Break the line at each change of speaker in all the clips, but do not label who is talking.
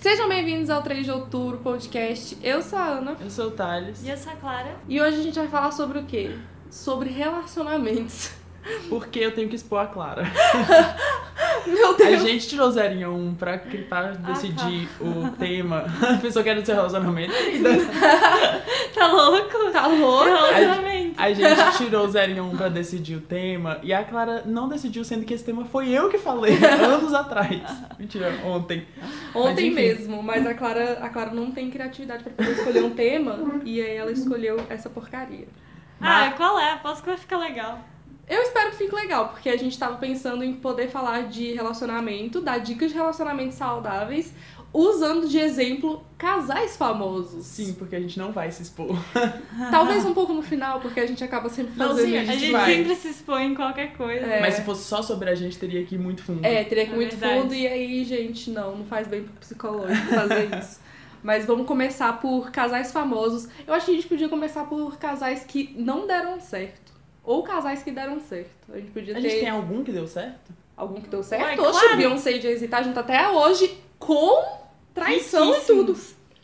Sejam bem-vindos ao 3 de Outubro Podcast. Eu sou a Ana.
Eu sou o Thales.
E eu sou a Clara.
E hoje a gente vai falar sobre o quê? Sobre relacionamentos.
Porque eu tenho que expor a Clara.
Meu
A
Deus!
gente tirou 01 pra, que-
Ah,
pra
tá.
decidir o tema. A pessoa quer seu relacionamento.
Tá louco?
Tá louco?
Relacionamento.
A gente tirou 01 pra decidir o tema. E a Clara não decidiu, sendo que esse tema foi eu que falei anos atrás. Mentira, ontem.
Ontem
enfim.
mesmo, mas a Clara, a Clara não tem criatividade pra poder escolher um tema e aí ela escolheu essa porcaria.
Ah, qual é? Aposto que vai ficar legal.
Eu espero que fique legal, porque a gente tava pensando em poder falar de relacionamento, dar dicas de relacionamentos saudáveis, usando de exemplo casais famosos.
Sim, porque a gente não vai se expor.
Talvez um pouco no final, porque a gente acaba sempre
Não,
fazendo
sim,
isso.
A gente
vai.
sempre se expõe em qualquer coisa.
É.
Mas se fosse só sobre a gente, teria que ir muito fundo.
É, teria que ir
É
muito
verdade.
fundo e aí, gente, não, não faz bem pro psicológico fazer isso. Mas vamos começar por casais famosos. Eu acho que a gente podia começar por casais que não deram certo. Ou casais que deram certo. A gente podia
A
ter
gente tem algum que deu certo?
algum que deu certo.
Ué,
Oxe,
claro.
Beyoncé e Jay-Z tá junto até hoje com traição e tudo.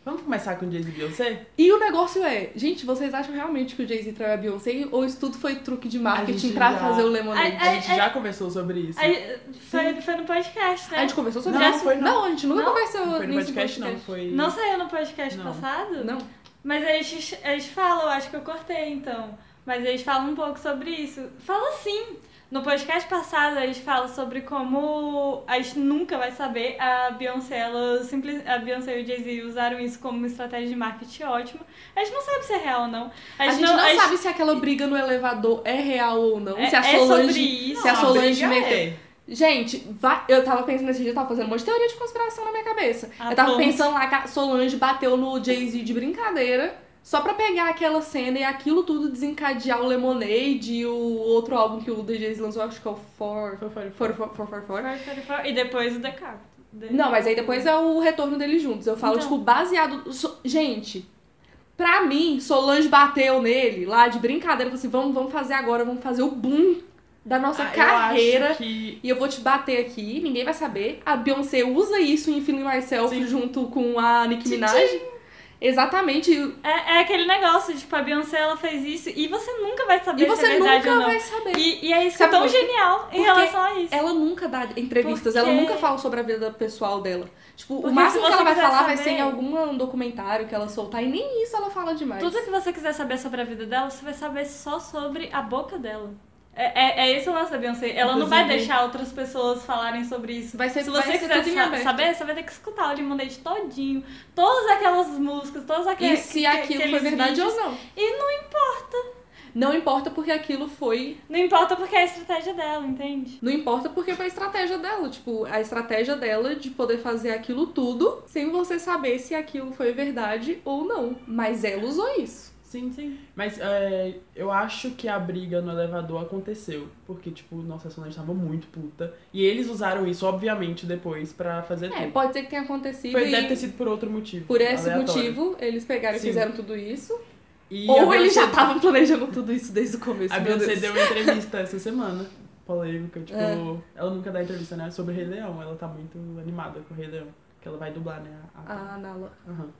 Vamos começar com Jay-Z e Beyoncé?
E o negócio é, gente, vocês acham realmente que o Jay-Z traiu a Beyoncé? Ou isso tudo foi truque de marketing
gente
pra
já-
fazer o
A
Lemonade?
Ai, ai,
gente já conversou sobre isso.
Aí, foi, foi no podcast, né?
A gente conversou sobre
Não,
isso?
foi não.
a gente nunca
Não?
conversou
Não foi no
nesse
podcast, não. Foi...
Não saiu no podcast
Não.
passado?
Não?
Mas aí eles, eles falam, eu acho que eu cortei então. Mas eles falam um pouco sobre isso. Fala sim! No podcast passado eles falam sobre como a gente nunca vai saber a Beyoncé, ela simples, a Beyoncé e o Jay-Z usaram isso como uma estratégia de marketing ótima. A gente não sabe se é real ou não.
A gente não,
a gente-
sabe se aquela briga no elevador é real ou não.
É-
se a
é sobre
Solange.
isso.
Se a
Não,
a
Solange
briga
meteu.
é.
Gente, vai- eu tava pensando nesse dia, eu tava fazendo um monte de teoria de conspiração na minha cabeça.
Ah,
eu tava
pronto.
pensando lá que a Solange bateu no Jay-Z de brincadeira. Só pra pegar aquela cena e aquilo tudo desencadear o Lemonade e o outro álbum que o Jay-Z lançou, acho que é o For.
Foi, foi, foi.
For, for, for, for, for.
E depois o Decapito.
Não, mas aí depois é o retorno deles juntos. Eu falo,
Então.
tipo, baseado. so- Gente, pra mim, Solange bateu nele lá de brincadeira. Falou assim: vamos, vamos fazer agora, vamos fazer o boom da nossa
Ah, eu
carreira.
acho que
E eu vou te bater aqui, ninguém vai saber. A Beyoncé usa isso em Feeling Myself
Sim.
junto com a Nicki Minaj. Exatamente. E
É, é aquele negócio, tipo, a Beyoncé ela fez isso e você nunca vai saber se é
você
verdade
nunca
ou não.
vai saber.
E, e é isso que é
Sabe
tão
por quê?
genial em
Porque é
relação a isso.
Ela nunca dá entrevistas,
Por
ela
quê?
nunca fala sobre a vida pessoal dela. Tipo,
Porque
o
se
máximo que
você
ela vai
quiser
falar vai ser em
saber-
algum documentário que ela soltar. E nem isso ela fala demais.
Tudo é que você quiser saber sobre a vida dela, você vai saber só sobre a boca dela. É, é, é esse o lance da Beyoncé. Ela não vai
Inclusive-
deixar outras pessoas falarem sobre isso.
Vai ser,
Se
vai
você
ser
quiser
é tudo em
sa-
aberto.
saber, você vai ter que escutar o Lemonade todinho. Todas aquelas músicas, todas
E
é
aquelas.
se aquilo foi verdade ou não.
E não importa.
Não importa porque aquilo foi.
Não importa porque é a estratégia dela, entende?
Não importa porque foi a estratégia dela. Tipo, a estratégia dela de poder fazer aquilo tudo sem você saber se aquilo foi verdade ou não. Mas ela usou isso.
Sim,
Sim.
mas é, eu acho que a briga no elevador aconteceu. Porque, tipo, nossa, a Solange tava muito puta. E eles usaram isso, obviamente, depois pra fazer
É,
tudo.
pode ser que tenha acontecido.
Foi,
e
deve ter sido por outro motivo.
Por esse
aleatório.
motivo, eles pegaram
Sim.
e fizeram tudo isso.
E a
Ou
Beyoncé-
eles já estavam planejando tudo isso desde o começo.
A
meu
Beyoncé
Deus.
deu uma entrevista essa semana. Polêmica, tipo,
É.
ela nunca dá entrevista, né? Sobre Rei Leão. Ela tá muito animada com o Rei Leão. Que ela vai dublar, né? A- a-
Ah, Nala.
Aham.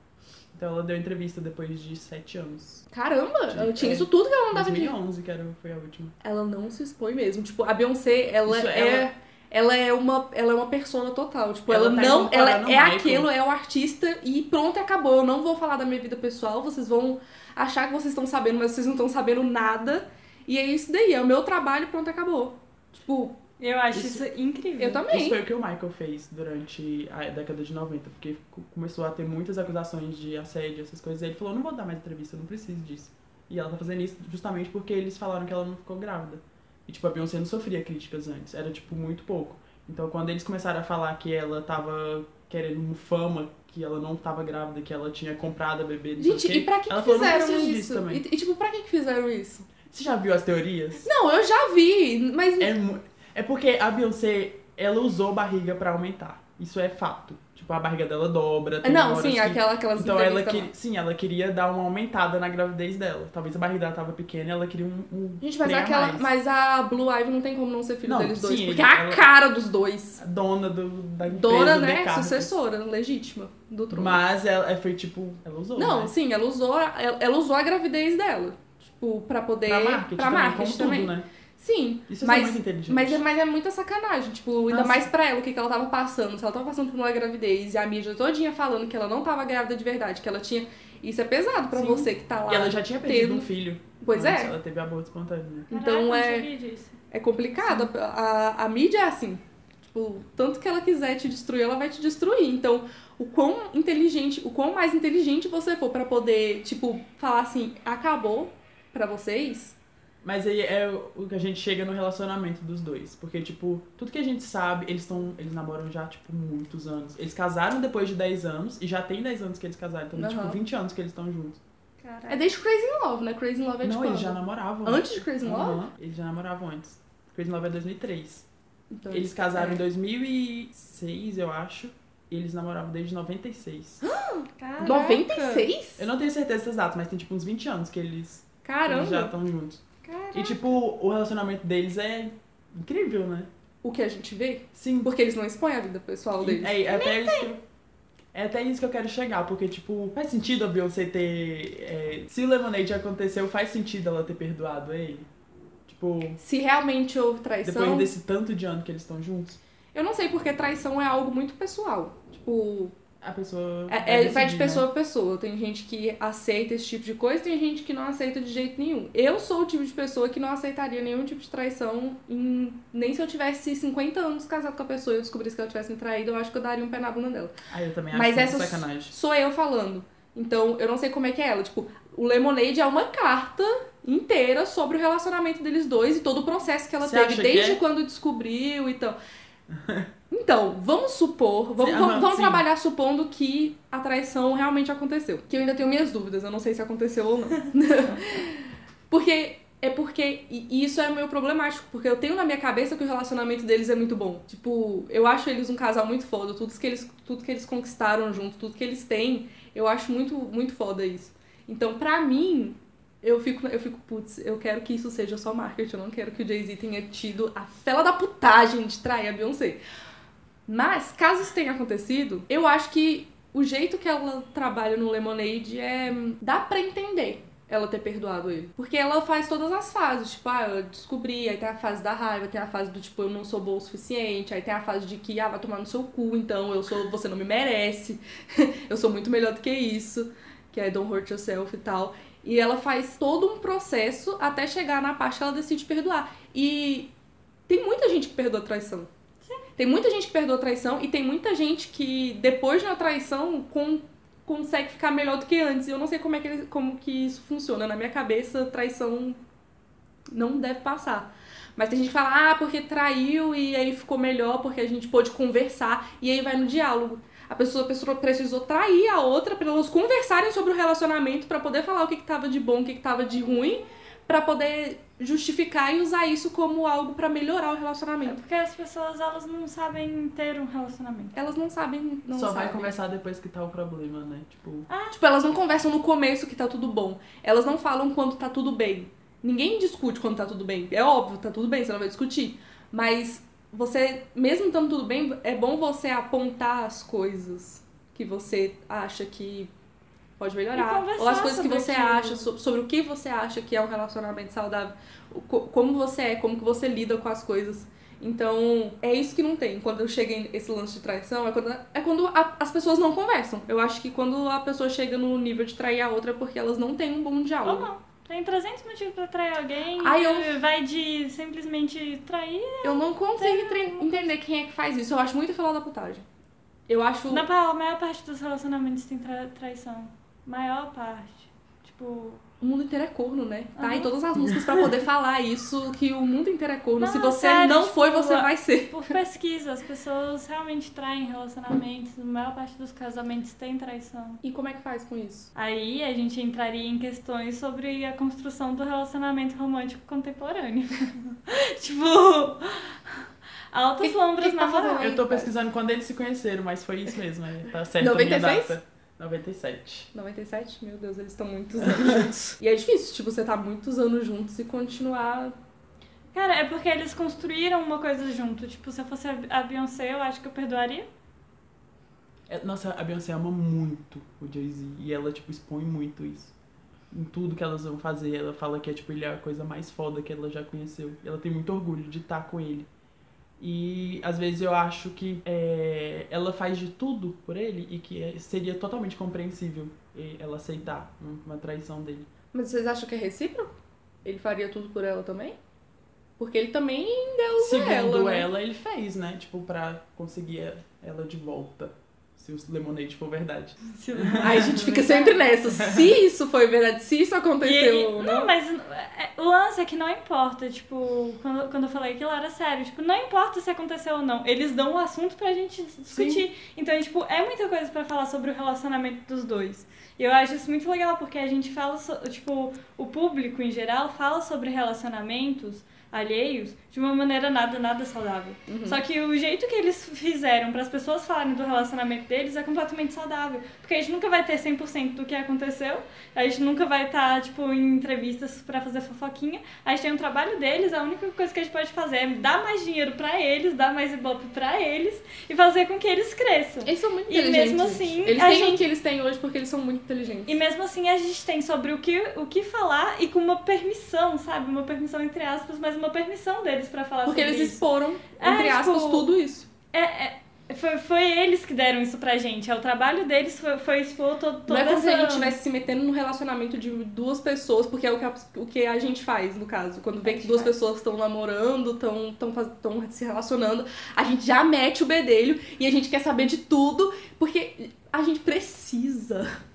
Então ela deu entrevista depois de sete anos.
Caramba, eu tinha
É.
isso tudo que ela Então, não dava de
2011, que era, foi a última.
ela não se expõe mesmo. Tipo, a Beyoncé, ela
Isso,
é.
ela-
Ela... é uma, ela é uma persona total. Tipo, ela,
Ela tá
não. Ela
incorporada
é
no Michael.
aquilo, é o artista e pronto, acabou. Eu não vou falar da minha vida pessoal. Vocês vão achar que vocês estão sabendo, mas vocês não estão sabendo nada. E é isso daí, é o meu trabalho, pronto, acabou. Tipo,
Eu acho isso,
Isso-
incrível.
eu
Isso é
também.
foi o que o Michael fez durante a década de 90, porque co- começou a ter muitas acusações de assédio, essas coisas. E ele falou: não vou dar mais entrevista, eu não preciso disso. E ela tá fazendo isso justamente porque eles falaram que ela não ficou grávida. E, tipo, a Beyoncé não sofria críticas antes, era, tipo, muito pouco. Então, quando eles começaram a falar que ela tava querendo fama, que ela não tava grávida, que ela tinha comprado a bebê, não sei o
Gente,
quê,
e pra que,
ela
que
falou, não
fizeram
preciso disso
isso?
também.
E, e, tipo, pra que, que fizeram isso?
Você já viu as teorias?
Não, eu já vi, mas
É, mu- é porque a Beyoncé, ela usou barriga pra aumentar. Isso é fato. Tipo, a barriga dela dobra. tem
Não,
horas
sim,
que-
aquela, aquelas
Então ela
entrevistas
que... sim, ela queria dar uma aumentada na gravidez dela. Talvez a barriga dela tava pequena e ela queria um. um
Gente, mas
trem a
aquela.
mais.
Mas a Blue Ivy não tem como não ser filho
Não,
deles dois.
sim,
porque
ele-
é a
ela-
cara dos dois.
A Dona do, da empresa.
Dona,
de
né?
carros.
Sucessora legítima do trono.
Mas ela é, foi tipo. Ela usou.
não,
né?
sim, ela usou, a- ela, ela usou a gravidez dela. Tipo, pra poder.
Pra marketing.
pra
também,
marketing
como
também.
Tudo, né?
Sim.
Isso é
mas,
muito inteligente.
mas, é, mas é muita sacanagem. Tipo, ainda
Nossa.
mais pra ela, o que, que ela tava passando. Se ela tava passando por uma gravidez e a mídia todinha falando que ela não tava grávida de verdade, que ela tinha. Isso é pesado pra
Sim.
você que tá lá.
E ela já tinha perdido
tendo-
um filho.
Pois
antes,
é.
Ela teve aborto espontâneo, né?
Então
Caraca,
é-
não sabia disso.
É complicado. A, a- a mídia é assim. Tipo, tanto que ela quiser te destruir, ela vai te destruir. Então, o quão inteligente, o quão mais inteligente você for pra poder, tipo, falar assim, acabou pra vocês.
Mas aí é o que a gente chega no relacionamento dos dois. Porque, tipo, tudo que a gente sabe, eles estão. Eles namoram já, tipo, muitos anos. Eles casaram depois de 10 anos e já tem 10 anos que eles casaram. Então,
Aham.
tipo, 20 anos que eles estão juntos.
Caraca.
É desde Crazy in Love, né? Crazy in Love é de
Não, eles
quando?
já namoravam.
Antes de Crazy in Love?
Aham, Eles já namoravam antes. Crazy in Love é 2003.
Então,
Eles casaram
é.
em 2006, eu acho. E eles namoravam desde 96.
Caraca.
96?
Eu não tenho certeza dessas datas, mas tem tipo uns 20 anos que eles, que eles já
Caramba!
estão juntos.
Caraca.
E tipo, o relacionamento deles é incrível, né?
O que a gente vê?
Sim.
Porque eles não expõem a vida pessoal deles.
É, é até isso que eu, é até isso que eu quero chegar, porque, tipo, faz sentido a Beyoncé ter. é, se o Lemonade aconteceu, faz sentido ela ter perdoado ele? Tipo,
Se realmente houve
depois
traição.
desse tanto de ano que eles estão juntos,
Eu não sei porque traição é algo muito pessoal. Tipo,
a pessoa.
É, é, vai de
decidir, né?
pessoa a pessoa. Tem gente que aceita esse tipo de coisa, tem gente que não aceita de jeito nenhum. Eu sou o tipo de pessoa que não aceitaria nenhum tipo de traição, em- nem se eu tivesse 50 anos casado com a pessoa e eu descobrisse que ela tivesse me traído, eu acho que eu daria um pé na bunda dela.
Né? Aí eu também acho
Mas
que é
essas-
sacanagem.
Sou eu falando. Então, eu não sei como é que é ela. Tipo, o Lemonade é uma carta inteira sobre o relacionamento deles dois e todo o processo que ela
Você
teve
acha que
desde
é?
quando descobriu e tal. Então, vamos supor, vamos,
Sim,
vamos-
aham,
vamos
sim.
trabalhar supondo que a traição realmente aconteceu. Que eu ainda tenho minhas dúvidas, eu não sei se aconteceu ou não. porque é porque e isso é meio problemático, porque eu tenho na minha cabeça que o relacionamento deles é muito bom. Tipo, eu acho eles um casal muito foda, tudo que eles, tudo que eles conquistaram junto, tudo que eles têm, eu acho muito muito foda isso. Então, pra mim, eu fico, eu fico, putz, eu quero que isso seja só marketing, eu não quero que o Jay-Z tenha tido a fela da putagem de trair a Beyoncé. Mas, caso isso tenha acontecido, eu acho que o jeito que ela trabalha no Lemonade é. dá pra entender ela ter perdoado ele. Porque ela faz todas as fases, tipo, ah, eu descobri, aí tem a fase da raiva, tem a fase do tipo, eu não sou boa o suficiente, aí tem a fase de que, ah, vai tomar no seu cu, então eu sou, você não me merece, eu sou muito melhor do que isso, que é don't hurt yourself e tal. E ela faz todo um processo até chegar na parte que ela decide perdoar. E tem muita gente que perdoa traição. Tem muita gente que perdoa traição e tem muita gente que, depois de uma traição, con- consegue ficar melhor do que antes. E eu não sei como, é que ele- como que isso funciona. Na minha cabeça, traição não deve passar. Mas tem gente que fala, ah, porque traiu e aí ficou melhor, porque a gente pôde conversar, e aí vai no diálogo. A pessoa, a pessoa precisou trair a outra pra elas conversarem sobre o relacionamento, pra poder falar o que, que tava de bom, o que, que tava de ruim, pra poder justificar e usar isso como algo pra melhorar o
É
relacionamento.
porque as pessoas, elas não sabem ter um relacionamento.
Elas não sabem, não
Só
sabem.
vai conversar depois que tá o problema, né? Tipo,
Tipo, elas não conversam no começo que tá tudo bom. Elas não falam quando tá tudo bem. Ninguém discute quando tá tudo bem. É óbvio, tá tudo bem, você não vai discutir. Mas você, mesmo estando tudo bem, é bom você apontar as coisas que você acha que pode
E
melhorar.
conversar
Ou as coisas que
sobre
você
aquilo.
acha, so- sobre o que você acha que é um relacionamento saudável. O co- Como você é, como que você lida com as coisas. Então, é isso que não tem. Quando eu cheguei esse lance de traição, é quando, é quando a- as pessoas não conversam. Eu acho que quando a pessoa chega no nível de trair a outra é porque elas não têm um bom
Ou
diálogo.
não. Tem 300 motivos pra trair alguém.
Ai,
e
eu-
Vai de simplesmente trair.
Eu não consigo tre- entender quem é que faz isso. Eu acho muito fila da putagem. Eu acho.
Na pa- a maior parte dos relacionamentos tem tra- traição. Maior parte. Tipo,
O mundo inteiro é corno, né? Tá em
Aham.
todas as músicas pra poder falar isso, que o mundo inteiro é corno.
Não,
Se você
sério,
não
tipo,
foi, você
a-
vai ser.
por pesquisa, as pessoas realmente traem relacionamentos. A maior parte dos casamentos tem traição.
E como é que faz com isso?
Aí a gente entraria em questões sobre a construção do relacionamento romântico contemporâneo. tipo, Altas
Que- que
lombras
que tá fazendo
namoradas.
Eu tô pesquisando quando eles se conheceram, mas foi isso mesmo, né? Tá certo a minha
96?
data. 97.
97? Meu Deus, eles estão muitos anos juntos. E é difícil, tipo, você tá muitos anos juntos e continuar.
Cara, é porque eles construíram uma coisa junto. Tipo, se eu fosse a Beyoncé, eu acho que eu perdoaria.
É, Nossa, a Beyoncé ama muito o Jay-Z e ela, tipo, expõe muito isso. Em tudo que elas vão fazer, ela fala que é, tipo, ele é a coisa mais foda que ela já conheceu. Ela tem muito orgulho de estar com ele. E às vezes eu acho que é, ela faz de tudo por ele e que é- seria totalmente compreensível eh, ela aceitar um- uma traição dele.
Mas vocês acham que é recíproco? Ele faria tudo por ela também? Porque ele também deu
Segundo
ela.
ela,
né?
ele fez, né? Tipo, pra conseguir ela de volta. Se o Lemonade for verdade.
Aí a gente fica sempre nessa. Se isso foi verdade, se isso
E
aconteceu né?
ele-
ou
não,
não.
mas é, o lance é que não importa, tipo, quando, quando eu falei aquilo era sério, tipo, não importa se aconteceu ou não, eles dão o assunto pra gente discutir. Então, tipo, é muita coisa pra falar sobre o relacionamento dos dois. E eu acho isso muito legal, porque a gente fala, so- tipo, o público em geral fala sobre relacionamentos alheios de uma maneira nada, nada saudável. Uhum. Só que o jeito que eles fizeram para as pessoas falarem do relacionamento deles é completamente saudável. Porque a gente nunca vai ter 100% do que aconteceu, a gente nunca vai estar, tipo, em entrevistas pra fazer fofoquinha. A gente tem um trabalho deles, a única coisa que a gente pode fazer é dar mais dinheiro pra eles, dar mais ibope pra eles e fazer com que eles cresçam.
Eles são muito
E mesmo
inteligentes.
assim,
eles
a
têm o
gente-
que eles têm hoje porque eles são muito inteligentes.
E mesmo assim a gente tem sobre o que, o que falar e com uma permissão, sabe? Uma permissão entre aspas, mas uma permissão deles pra falar
Porque
sobre
eles
isso.
exporam,
É,
entre aspas,
tipo,
tudo isso.
É, é, foi, foi eles que deram isso pra gente. É o trabalho deles foi, foi expor to, toda
Não é como se a
essa-
gente estivesse se metendo num relacionamento de duas pessoas, porque é o que a, o que a gente faz, no caso. Quando vê
A
que
gente
duas
faz.
pessoas estão namorando, estão tão, faz- tão se relacionando, a gente já mete o bedelho e a gente quer saber de tudo, porque a gente precisa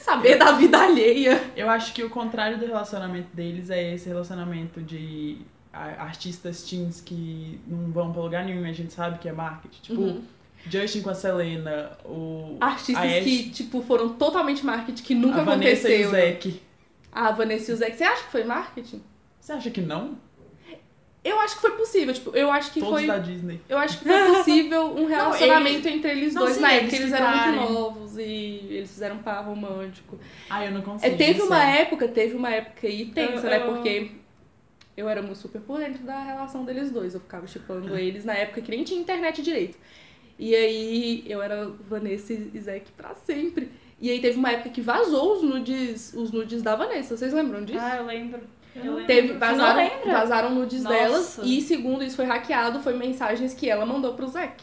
saber da vida alheia.
Eu acho que o contrário do relacionamento deles é esse relacionamento de a- artistas teens que não vão pra lugar nenhum, a gente sabe que é marketing. Tipo,
Uhum.
Justin com a Selena, o.
Artistas
a Ash,
que, tipo, foram totalmente marketing, que nunca
é a Vanessa e o
aconteceu. né?
Zac.
Ah, Vanessa e o Zé. Você acha que foi marketing?
Você acha que não? Eu
Eu acho que foi possível, tipo, eu acho que
Todos
foi.
da Disney.
Eu acho que foi possível um relacionamento entre eles
Não,
dois
sim,
na
eles
época. Eles eram muito
ficarem.
novos e eles fizeram um par romântico.
Ah, eu não consigo.
É, teve
não
uma
sei.
época, teve uma época aí tensa,
Eu-
né?
eu-
Porque eu era muito super por dentro da relação deles dois. Eu ficava chipando eles na época que nem tinha internet direito. E aí eu era Vanessa e Zack pra sempre. E aí teve uma época que vazou os nudes, os nudes da Vanessa. Vocês lembram disso?
Ah, eu lembro. Eu lembro.
Teve,
Tu
vazaram, um
Não lembra?
vazaram nudes
Nossa.
delas e, segundo isso foi hackeado, foi mensagens que ela mandou pro Zack.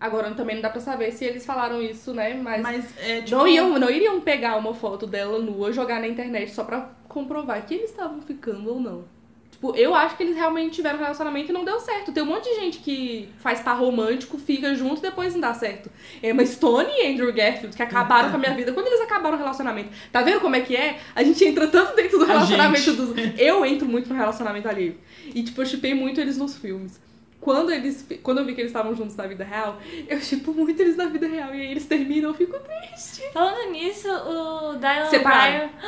Agora também não dá pra saber se eles falaram isso, né? Mas,
Mas é tipo.
não, iam, não iriam pegar uma foto dela nua, jogar na internet só pra comprovar que eles estavam ficando ou não. Tipo, eu acho que eles realmente tiveram um relacionamento e não deu certo. Tem um monte de gente que faz par romântico, fica junto e depois não dá certo. Emma Stone e Andrew Garfield, que acabaram com a minha vida quando eles acabaram o relacionamento. Tá vendo como é que é? A gente entra tanto dentro do
A
relacionamento
gente.
dos. Eu entro muito no relacionamento alheio. E, tipo, eu chipei muito eles nos filmes. Quando, eles, quando eu vi que eles estavam juntos na vida real, eu chipo muito eles na vida real. E aí eles terminam, eu fico triste.
Falando nisso, o Dylan
Separaram.
O'Brien-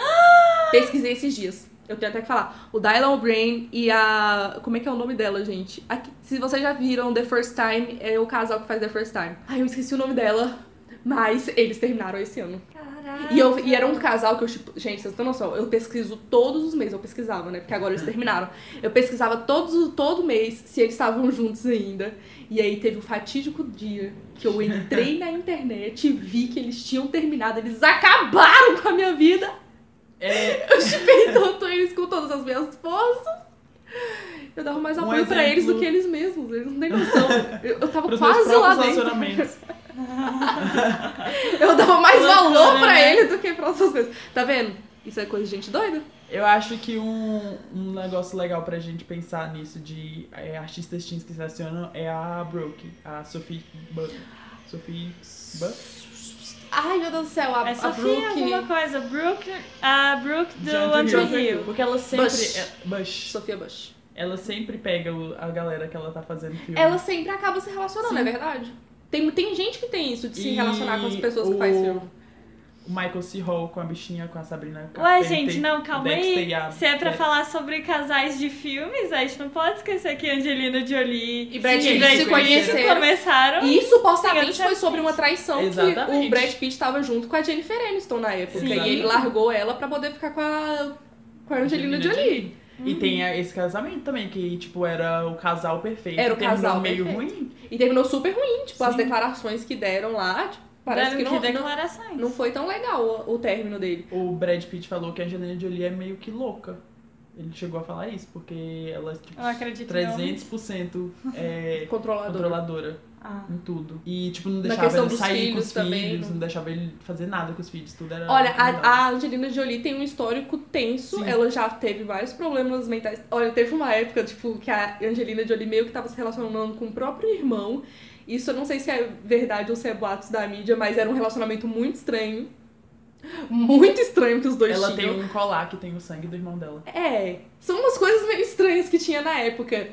Pesquisei esses dias. Eu tenho até que falar. O Dylan O'Brien e a. Como é que é o nome dela, gente? A que- se vocês já viram The First Time, é o casal que faz The First Time. Ai, eu esqueci o nome dela. Mas eles terminaram esse ano.
Caraca.
E, eu, e era um casal que eu, tipo, gente, vocês não têm noção, eu pesquiso todos os meses, eu pesquisava, né? Porque
É.
agora eles terminaram. Eu pesquisava todos, o- todo mês se eles estavam juntos ainda. E aí teve um fatídico dia que eu entrei na internet e vi que eles tinham terminado, eles acabaram com a minha vida.
É,
Eu chipei tanto eles com todas as minhas forças. Eu dava mais
Um
apoio pra eles do
exemplo-
que eles mesmos, eles não têm noção. Eu, eu tava
pros meus
quase lá
próprios
dentro.
relacionamentos.
Eu dava mais
Loucura,
valor pra
né?
ele do que pra outras coisas. Tá vendo? Isso é coisa de gente doida.
Eu acho que um, um negócio legal pra gente pensar nisso de é, artistas teens que se relacionam é a Brooke, a Sophie Buck. Sophie Buck?
Ai, meu Deus do céu, a,
É
a
Sofia alguma
Brooke.
coisa. Brooke, a Brooke do
De
Andrew
Hill.
Hill.
Porque ela sempre.
Bush.
é- Bush.
Sofia Bush.
Ela sempre pega o- a galera que ela tá fazendo filme.
Ela sempre acaba se relacionando,
Sim.
é verdade? Tem, tem gente que tem isso de se
E
relacionar com as pessoas que
o-
faz filme.
o Michael C. Hall com a bichinha, com a Sabrina
Ué,
Carpenter,
gente, não, calma
Dexter
aí.
e a-
Se é pra
é,
falar sobre casais de filmes, a gente não pode esquecer que Angelina Jolie
E Brad
Sim,
Pitt
Brad
se
Pitt.
conheceram.
começaram.
E supostamente
Sim,
foi sobre uma traição que
Exatamente.
o Brad Pitt estava junto com a Jennifer Aniston na época.
Sim.
E ele largou ela pra poder ficar com a, com a Angelina Jolie.
E tem a- esse casamento também, que, tipo, era o casal perfeito.
Era o
que terminou
casal
meio
perfeito.
ruim.
E terminou super ruim, tipo, as
Sim.
declarações que deram lá, tipo, parece
Deram
que, não, não,
declarações.
não foi tão legal o, o término dele.
O Brad Pitt falou que a Angelina Jolie é meio que louca. Ele chegou a falar isso, porque ela, tipo,
Eu acredito né? em
300% é
Controlador.
controladora
Ah.
em tudo. E, tipo, não
Na
deixava
questão
ele
dos
sair com
filhos
os
também,
filhos,
não-
não deixava ele fazer nada com os filhos, tudo era...
Olha, a, a Angelina Jolie tem um histórico tenso,
Sim.
ela já teve vários problemas mentais. Olha, teve uma época, tipo, que a Angelina Jolie meio que tava se relacionando com o próprio irmão. Isso eu não sei se é verdade ou se é boatos da mídia, mas era um relacionamento muito estranho. Muito estranho que os dois
Ela tem
tinham.
um colar que tem o sangue do irmão dela.
É, são umas coisas meio estranhas que tinha na época.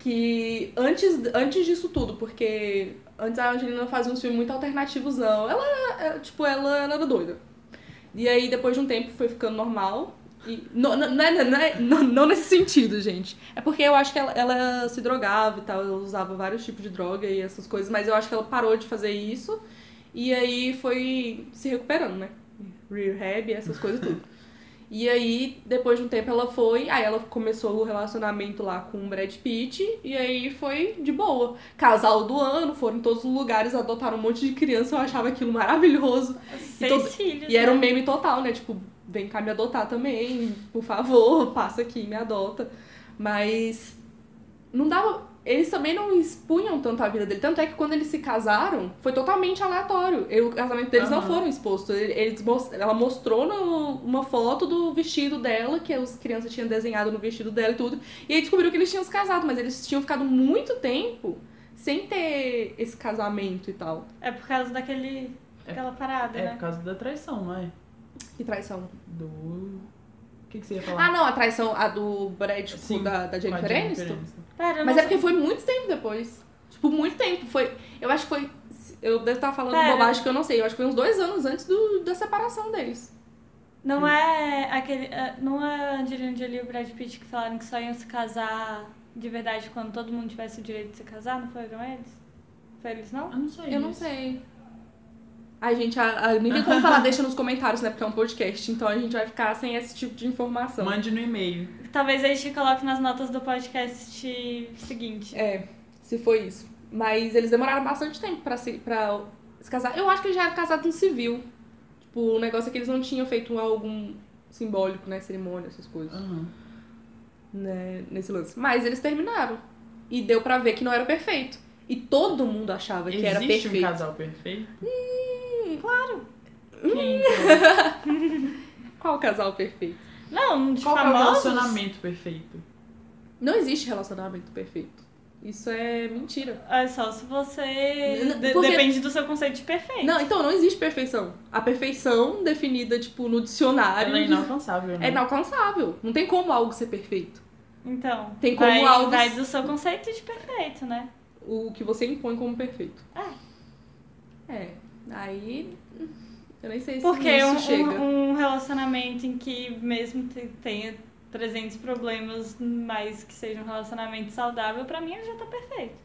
Que antes, antes disso tudo, porque antes a Angelina fazia uns filmes muito alternativos, não. Ela, era, é, tipo, ela, ela era doida. E aí, depois de um tempo, foi ficando normal. E, não, não, não, é- não, é- não- não nesse sentido, gente. É porque eu acho que ela, ela se drogava e tal, ela usava vários tipos de droga e essas coisas, mas eu acho que ela parou de fazer isso. E aí foi se recuperando, né? Rehab, essas coisas tudo. E aí, depois de um tempo, ela foi. Aí ela começou o relacionamento lá com o Brad Pitt. E aí foi de boa. Casal do ano, foram em todos os lugares, adotaram um monte de criança. Eu achava aquilo maravilhoso.
Seis
todo-
filhos.
E era um
né?
meme total, né? Tipo, vem cá me adotar também, por favor, passa aqui, me adota. Mas não dava. Eles também não expunham tanto a vida dele. Tanto é que quando eles se casaram, foi totalmente aleatório. E o casamento deles não
Aham.
foram expostos. Ele- Eles, mos- ela mostrou no- uma foto do vestido dela, que as crianças tinham desenhado no vestido dela e tudo. E aí descobriu que eles tinham se casado, mas eles tinham ficado muito tempo sem ter esse casamento e tal.
É por causa daquele...
É-
Daquela parada,
É por
né?
causa da traição, não é?
Que traição.
Do... O que, que você ia
Ah,
falar?
não, Tá a traição, a do Brad com
Sim,
da, da
Com a
Jennifer Aniston.
Pera, eu
Mas é
não
porque foi muito tempo depois. Tipo, muito tempo. Foi. Eu acho que foi. Eu devo estar falando
Pera.
bobagem que eu não sei. Eu acho que foi uns dois anos antes do, da separação deles.
Não é aquele. é, Não é Angelina Jolie e o Brad Pitt que falaram que só iam se casar de verdade quando todo mundo tivesse o direito de se casar? Não foram eles? Foi eles, não?
Eu Ah, não sei
eu não
isso.
sei. Ai, gente, a, a, nem tem como falar, deixa nos comentários, né? Porque é um podcast, então a gente vai ficar sem esse tipo de informação.
Mande no e-mail.
Talvez a gente coloque nas notas do podcast seguinte.
É, se foi isso. Mas eles demoraram bastante tempo pra se, pra se casar. Eu acho que eles já eram casados no civil. Tipo, o negócio é que eles não tinham feito algum simbólico, né? Cerimônia, essas coisas.
Aham.
né, nesse lance. Mas eles terminaram. E deu pra ver que não era perfeito. E todo mundo achava que era
Existe um
perfeito.
casal perfeito?
Hum,
Quem, então?
qual casal perfeito?
Não, de
Qual que é o
famosos.
relacionamento perfeito?
Não existe relacionamento perfeito. Isso é mentira.
É só se você.
Não,
de-
porque-
Depende do seu conceito de perfeito.
Não, então não existe perfeição. A perfeição definida, tipo, no dicionário
Ela é inalcançável, né?
é inalcançável. Não tem como algo ser perfeito.
Então.
Tem como
vai,
algo-
vai do seu conceito de perfeito, né?
O que você impõe como perfeito. É. Aí. Eu nem sei se
Porque
isso
um,
chega.
um- um relacionamento em que mesmo te- tenha 300 problemas, mas que seja um relacionamento saudável, pra mim ele já tá perfeito.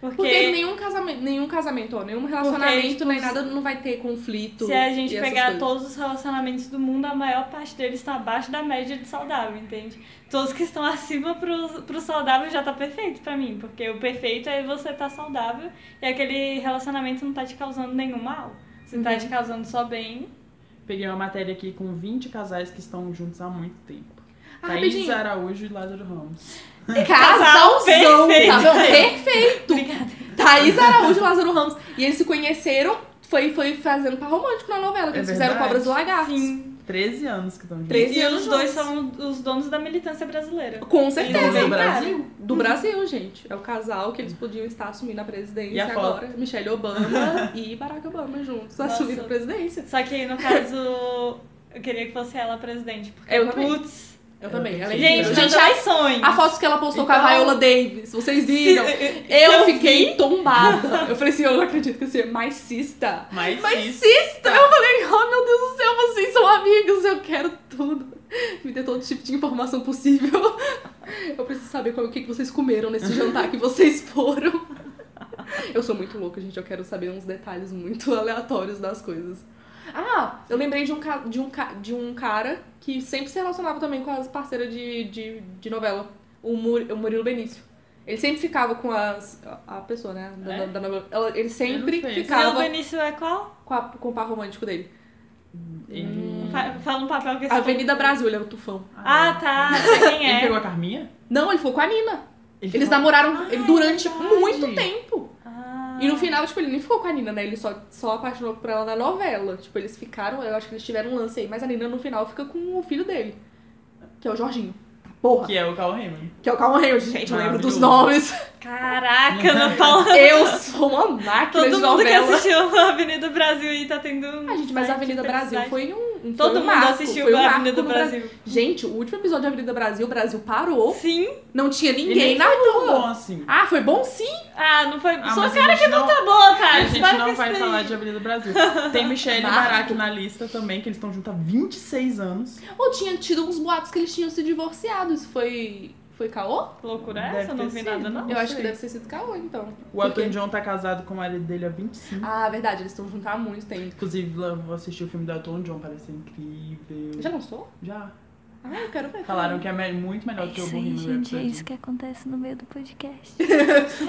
Porque,
Porque nenhum casamento, nenhum casamento, ó, nenhum relacionamento,
tipo,
nem nada, não vai ter conflito.
se a gente
e essas
pegar
coisas.
todos os relacionamentos do mundo, a maior parte deles tá abaixo da média de saudável, entende? Todos que estão acima pro, pro saudável já tá perfeito pra mim, porque o perfeito é você tá saudável e aquele relacionamento não tá te causando nenhum mal. Se tá
Uhum.
te causando só bem,
Peguei uma matéria aqui com 20 casais que estão juntos há muito tempo.
Ah,
Thaís
rapidinho.
Araújo e Lázaro Ramos.
Casalzão,
é um perfeito.
tá bom? Perfeito.
obrigada.
Thaís Araújo e Lázaro Ramos. E eles se conheceram, foi, foi fazendo par romântico na novela, que
É
eles fizeram
verdade.
Cobras e Lagartos.
Sim.
13 anos que estão juntos.
Treze-
E
anos
os dois
juntos.
são os donos da militância brasileira.
Com
E no
certeza.
Sim.
Brasil?
Do Brasil, gente. É o casal que eles podiam estar assumindo a presidência
E a foto?
agora. Michelle Obama e Barack Obama juntos
Nossa.
assumindo a presidência.
Só que no caso, eu queria que fosse ela a presidente. Porque,
Eu também.
putz.
Eu também. Ela é
Gente,
incrível.
Gente, meus
a-
sonhos.
a foto que ela postou com a
Então-
Viola Davis, vocês viram?
eh,
Eu, fiquei tombada. Eu falei assim, eu não acredito que você é maicista.
Mas isso.
Maicista! Eu falei, oh meu Deus do céu, amigos, eu quero tudo. Me dê todo tipo de informação possível. Eu preciso saber qual- o que que vocês comeram nesse jantar que vocês foram. Eu sou muito louca, gente. Eu quero saber uns detalhes muito aleatórios das coisas. Ah, eu lembrei de um, ca- de um, ca- de um cara que sempre se relacionava também com as parceiras de, de, de novela. O, Mur, o Murilo Benício. Ele sempre ficava com as... a- A pessoa, né? Da,
É?
da novela. Ela- ele sempre
Eu não sei.
Seu
ficava
Benício é qual?
com, a- com o par romântico dele.
Ele.
Fa- Fala um papel que esse
Avenida Brasil, ele é o tufão.
Ah, tá. Sei quem
Ele
é.
pegou a Carminha?
Não, ele ficou com a Nina. Eles
Ele ficou-
namoraram
Ah,
ele durante
é verdade.
muito tempo.
Ah.
E no final, tipo, ele nem ficou com a Nina, né? Ele só, só apaixonou por ela na novela. Tipo, eles ficaram, eu acho que eles tiveram um lance aí, mas a Nina no final fica com o filho dele, que é o Jorginho. Porra,
Que é o Carl Raymond.
que é o Calma Reis, gente, eu lembro dos nomes.
Caraca, não fala.
Eu sou uma máquina
Todo
de
mundo que
novela.
assistiu a Avenida Brasil e tá tendo um.
Ah, gente, mas a
site
Avenida
de
Brasil
felicidade.
foi um. um-
Todo
foi um
mundo
marco,
assistiu
foi um
a
marco
Avenida
no
Brasil.
Gente, o último episódio da Avenida Brasil, o Brasil parou.
Sim.
Não tinha
Ele
ninguém
nem
na
foi tão
rua.
bom assim.
Ah, foi bom sim.
Ah, não foi.
Ah,
Só
mas
o
a
cara
gente
que não,
não-
tá boa, tá?
A gente
Para com
não
isso
vai
daí.
falar de Avenida Brasil. Tem Michelle
Marco.
Barac na lista também, que eles estão juntos há 26 anos.
Ou tinha tido uns boatos que eles tinham se divorciado. Isso foi. Foi caô?
Que Loucura é
Deve
essa? Eu Não
ter
vi
sido.
nada, não.
eu acho que
sei.
deve ter sido caô, então.
O Elton
Porque-
John tá casado com o marido dele há 25.
Ah, verdade, eles estão juntos há muito tempo.
Inclusive, lá, vou assistir o filme do Elton John, parece incrível.
Já lançou?
Já.
Ah, eu quero ver.
Falaram que é me- muito melhor do que o
isso aí,
Bohemian
gente, é
Rhapsody.
isso que acontece no meio do podcast.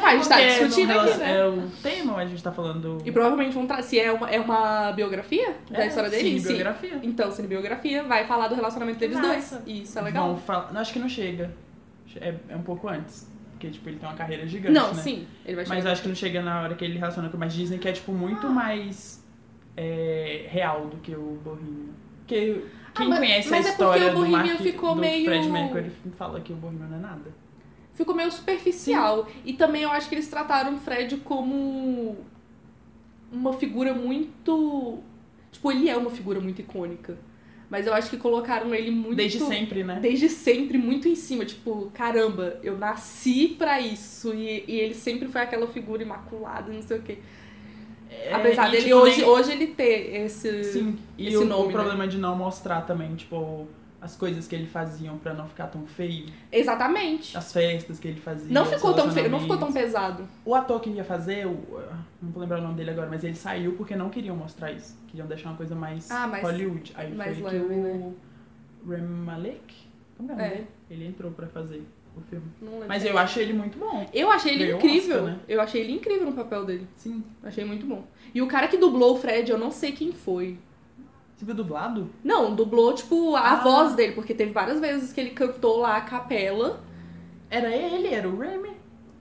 Ah, a gente tá
Porque não
discutindo aqui,
relaciona-
né?
É o tema, mas a gente tá falando...
E provavelmente vão tra- Se é uma, é uma biografia da
É,
história dele?
Sim, biografia.
Então, cinebiografia vai falar do relacionamento deles dois.
Massa.
E isso é legal.
Vão falar... Acho que não chega. É, é um pouco antes. Porque, tipo, ele tem uma carreira gigante,
Não,
né?
sim. Ele vai
Mas
chegar.
eu acho que não chega na hora que ele relaciona com o mais Disney, que é, tipo,
Ah.
muito mais é, real do que o Bohemian. Porque quem
Ah, mas-
conhece
mas
a
é porque
história
o
do,
Bohemian
Mark,
ficou
do
meio-
Fred Mercury fala que o Bohemian não é nada.
Ficou meio superficial. E também eu acho que eles trataram o Fred como uma figura muito. Tipo, ele é uma figura muito icônica. Mas eu acho que colocaram ele muito.
Desde sempre, né?
Desde sempre, muito em cima. Tipo, caramba, eu nasci pra isso. E, e ele sempre foi aquela figura imaculada, não sei o quê.
É,
Apesar
e,
dele
tipo,
hoje,
nem-
hoje ele ter esse.
Sim, e
esse
o,
nome,
o
né?
problema de não mostrar também, tipo, as coisas que ele faziam pra não ficar tão feio,
Exatamente.
as festas que ele fazia.
Não
os
ficou, tão feio, não ficou tão
relacionamentos.
pesado.
O ator que ia fazer, o, não vou lembrar o nome dele agora, mas ele saiu porque não queriam mostrar isso. Queriam deixar uma coisa mais
Ah, mais-
Hollywood. Aí
mais
foi
leve,
que o
né?
Rem Malek, como é o nome
É.
dele? Ele entrou pra fazer o filme.
Não lembro.
Mas eu acho ele muito bom.
Eu achei ele
Ganhou um
incrível.
Oscar, né?
Eu achei ele incrível no papel dele.
Sim.
Achei muito bom. E o cara que dublou o Fred, eu não sei quem foi.
Você viu dublado?
Não, dublou, tipo, a
Ah.
voz dele, porque teve várias vezes que ele cantou lá a capela.
Era ele, era o Remy.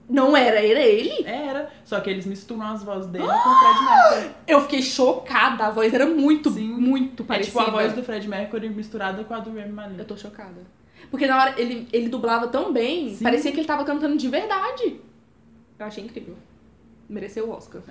Não era, era ele.
Era. Só que eles misturam as vozes dele com
Ah,
o Fred Mercury.
Eu fiquei chocada. A voz era muito,
Sim.
muito
É
parecida.
tipo a voz do Fred Mercury misturada com a do Remy Malek.
Eu tô chocada. Porque na hora ele, ele dublava tão bem,
Sim.
parecia que ele tava cantando de verdade. Eu achei incrível. Mereceu o Oscar.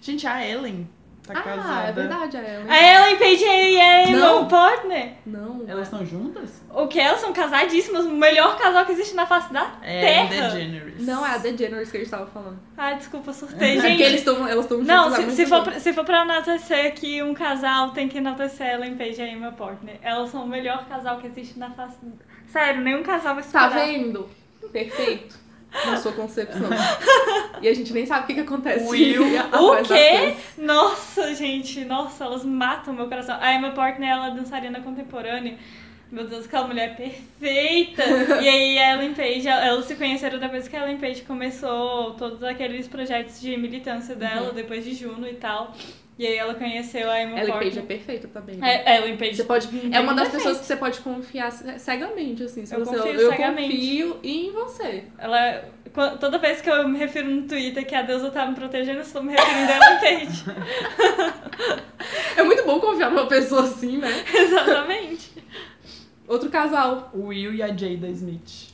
Gente, a Ellen tá
ah,
casada.
é verdade, a Ellen.
A Ellen Page e a
Não.
Elon Portner.
Não. é.
Elas estão juntas?
O que elas são casadíssimas, o melhor casal que existe na face da
É, The
Terra.
Generous.
Não, é a DeGeneres que a gente tava falando.
Ai, Ah, desculpa, surtei,
É porque
gente.
eles estão, elas estão
Não,
juntas há
se,
muito
se, for
tempo.
pra, se for pra enaltecer aqui um casal, tem que enaltecer Ellen Page e Emma Portner. né? Elas são o melhor casal que existe na face. Sério, nenhum casal vai
Tá
superar.
vendo? Perfeito. Na sua concepção. E a gente nem sabe o que, que acontece.
Will,
atrás
o
das
quê?
coisas.
Nossa, gente, nossa, elas matam meu coração. A Emma Portner, ela é dançarina contemporânea. Meu Deus, aquela mulher é perfeita! e aí a Ellen Page, el- elas se conheceram depois que a Ellen Page começou todos aqueles projetos de militância dela, depois de Juno e tal. E aí ela conheceu a Emma
Uhum. Ellen Page é
Portner.
perfeita também. né?
É, Ellen Page
Você pode, é uma das
perfeita.
pessoas que você pode confiar ce- cegamente, assim. Se
Eu
você,
confio
eu
cegamente.
confio em você.
Ela, qu- toda vez que eu me refiro no Twitter que a deusa tá me protegendo, eu estou me referindo a ela entende.
É muito bom confiar numa pessoa assim, né?
Exatamente.
Outro casal.
O Will e a Jada Smith.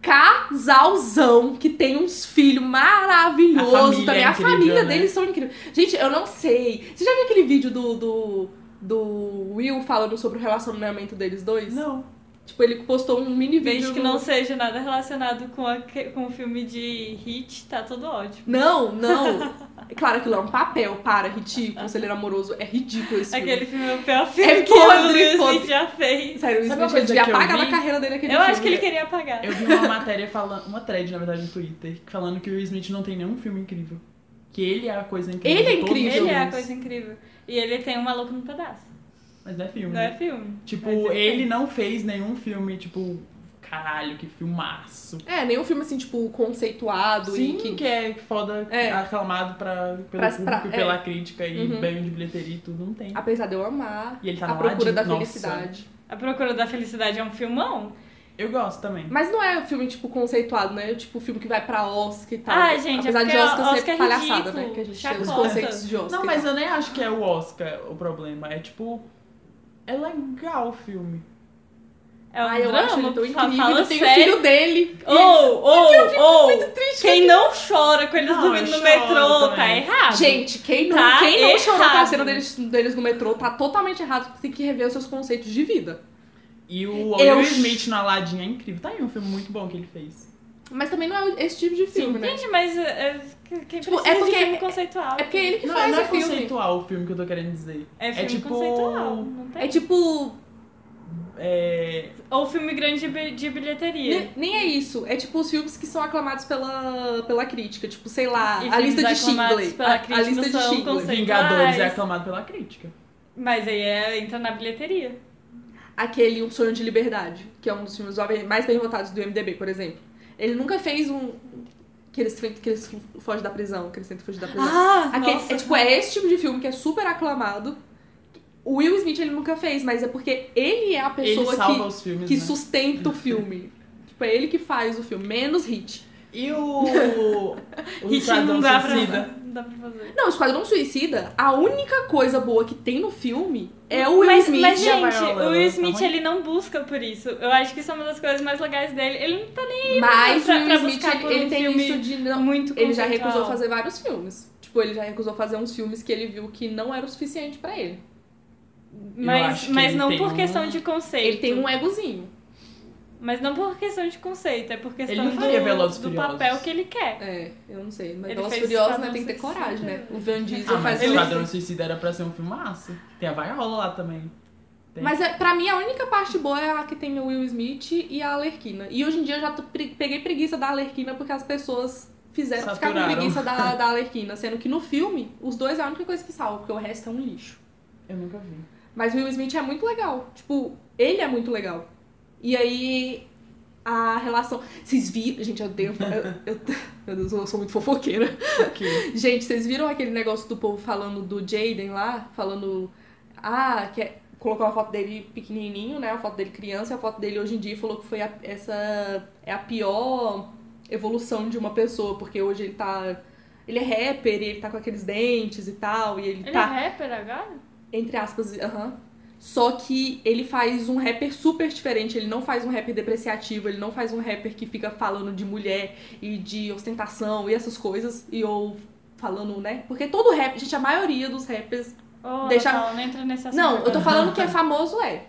Casalzão que tem uns filhos maravilhosos
A família
também.
é
a
incrível,
família
né?
deles são incríveis. Gente, eu não sei. Você já viu aquele vídeo do, do, do Will falando sobre o relacionamento deles dois?
Não.
Tipo, ele postou um mini vídeo.
Desde que
no-
não seja nada relacionado com, a, com o filme de hit, tá tudo ótimo.
Não, não. É Claro, aquilo é um papel, para, ridículo. Se ele era amoroso, é ridículo esse filme.
Aquele filme é o pior filme que o
podre,
Will Smith
podre.
já fez.
Sério, o
Sabe
Smith
uma coisa
devia
que eu
apagar
vi?
da carreira dele aquele
Eu
filme.
acho que ele queria apagar.
Eu vi uma matéria falando, uma thread, na verdade, no Twitter, falando que o Will Smith não tem nenhum filme incrível. Que ele é a coisa incrível.
Ele é
de todos
incrível.
os
Ele é a
filmes.
coisa incrível. E ele tem um maluco no pedaço.
Mas não é filme.
Não
né?
é filme.
Tipo,
Mas ele
ele não fez nenhum filme, tipo, caralho, que filmaço.
É, nenhum filme assim, tipo, conceituado
Sim,
e que.
que... é foda,
É.
aclamado pra, pelo
Pras-
público
pra-
e
é.
pela crítica e
Uhum.
bem de bilheteria e tudo, não tem.
Apesar de eu amar
E ele tá
a
no
procura
Aladdin,
da
nossa.
felicidade.
A Procura da Felicidade é um filmão?
Eu gosto também.
Mas não é um filme, tipo, conceituado, né? Tipo, filme que vai pra Oscar e tal.
Ah, gente, é
Apesar de
porque
Oscar,
Oscar
ser
é
palhaçada,
ridículo,
né? Que a gente tem os
chacota.
conceitos de Oscar.
Não,
e
mas
tal.
eu nem acho que é o Oscar o problema. É tipo. É legal o filme.
É um
Ai, eu
drama?
acho ele tão
fa-
incrível.
fala
ele tem o
sério.
filho dele. é
Ou, ou, ou.
um Triste.
Quem não chora com eles
Não,
dormindo
eu
no
choro
metrô, tá
também.
errado.
Gente, quem não,
Tá
quem não chorou com a
errado.
cena deles, deles no metrô tá totalmente errado. Tem que rever os seus conceitos de vida.
E o
Eu-
Will Smith no Aladdin é incrível. Tá aí um filme muito bom que ele fez.
Mas também não é esse tipo de filme, né?
Gente, mas é, é, quem
Tipo, é
precisa é
porque-
de filme conceitual?
É porque ele que
Não,
faz
não é
o filme.
conceitual o filme que eu tô querendo dizer.
É filme
tipo-
conceitual, não tem?
É tipo.
É.
Ou filme grande de, bi- de bilheteria.
ne- Nem é isso. É tipo os filmes que são aclamados pela, pela crítica. Tipo, sei lá,
E
a
filmes
lista de
aclamados
Schindler.
pela
A, a
crítica
lista de
são um
Schindler.
conceituais.
Vingadores é aclamado pela crítica.
Mas aí é, entra na bilheteria.
Aquele Um Sonho de Liberdade, que é um dos filmes mais bem votados do MDB, por exemplo. Ele nunca fez um. Que eles, fe- que eles fogem da prisão, que eles tentam fugir da prisão.
Ah,
Aquele- é, tipo, é esse tipo de filme que é super aclamado. O Will Smith ele nunca fez, mas é porque ele é a
Ele
pessoa
salva
que,
os filmes.
que
né?
sustenta o filme. tipo, é ele que faz o filme, menos hit.
E o. o
Hit não
Esquadrão
dá pra,
Suicida.
não dá pra fazer.
Não, Esquadrão Suicida, a única coisa boa que tem no filme é o Will
mas,
Smith.
mas,
e a
gente,
Viola,
o Will
tá
Smith,
ruim?
ele não busca por isso. Eu acho que isso é uma das coisas mais legais dele. Ele não tá nem aí
Mas
pra-
o
pra
Will Smith,
buscar por
ele, ele
um
tem
filme
isso de não...
muito
Ele já
conceitual.
recusou fazer vários filmes. Tipo, ele já recusou fazer uns filmes que ele viu que não era o suficiente pra ele.
Mas,
acho que
mas
ele
não
tem
por
um-
questão de conceito.
Ele tem um egozinho.
Mas não por questão de conceito, é por questão
Ele não
do,
faria Velozes e
do
Furiosos.
papel que ele quer.
É, eu não sei. Mas
Ele
Velozes
fez
Furiosos, né,
Esquadrão
tem que ter
Suicida.
coragem, né? O Van Diesel
Ah, mas
faz...
o
ele-
Esquadrão Suicida era pra ser um filmaço. Tem a Viola lá também. Tem.
Mas é, pra mim a única parte boa é a que tem o Will Smith e a Alerquina. E hoje em dia eu já tô pre- peguei preguiça da Alerquina porque as pessoas fizeram ficar com
Saturaram.
preguiça da, da Alerquina. Sendo que no filme, os dois é a única coisa que salva, porque o resto é um lixo.
Eu nunca vi.
Mas o Will Smith é muito legal. Tipo, ele é muito legal. E aí a relação. Vocês viram. Gente, eu odeio. Eu, eu, meu Deus, eu sou muito fofoqueira.
Ok.
Gente, vocês viram aquele negócio do povo falando do Jaden lá? Falando. Ah, que é- colocou a foto dele pequenininho, né? A foto dele criança, e a foto dele hoje em dia e falou que foi a- essa. É a pior evolução de uma pessoa, porque hoje ele tá. Ele é rapper, e ele tá com aqueles dentes e tal, e ele,
Ele
tá.
é rapper agora?
Entre aspas, aham. Só que ele faz um rapper super diferente. Ele não faz um rapper depreciativo, ele não faz um rapper que fica falando de mulher e de ostentação e essas coisas. E ou falando, né? Porque todo rap, gente, a maioria dos rappers.
Oh,
Deixa-
Natal, não entra nesse assunto.
Não,
agora.
eu tô falando que é famoso, é.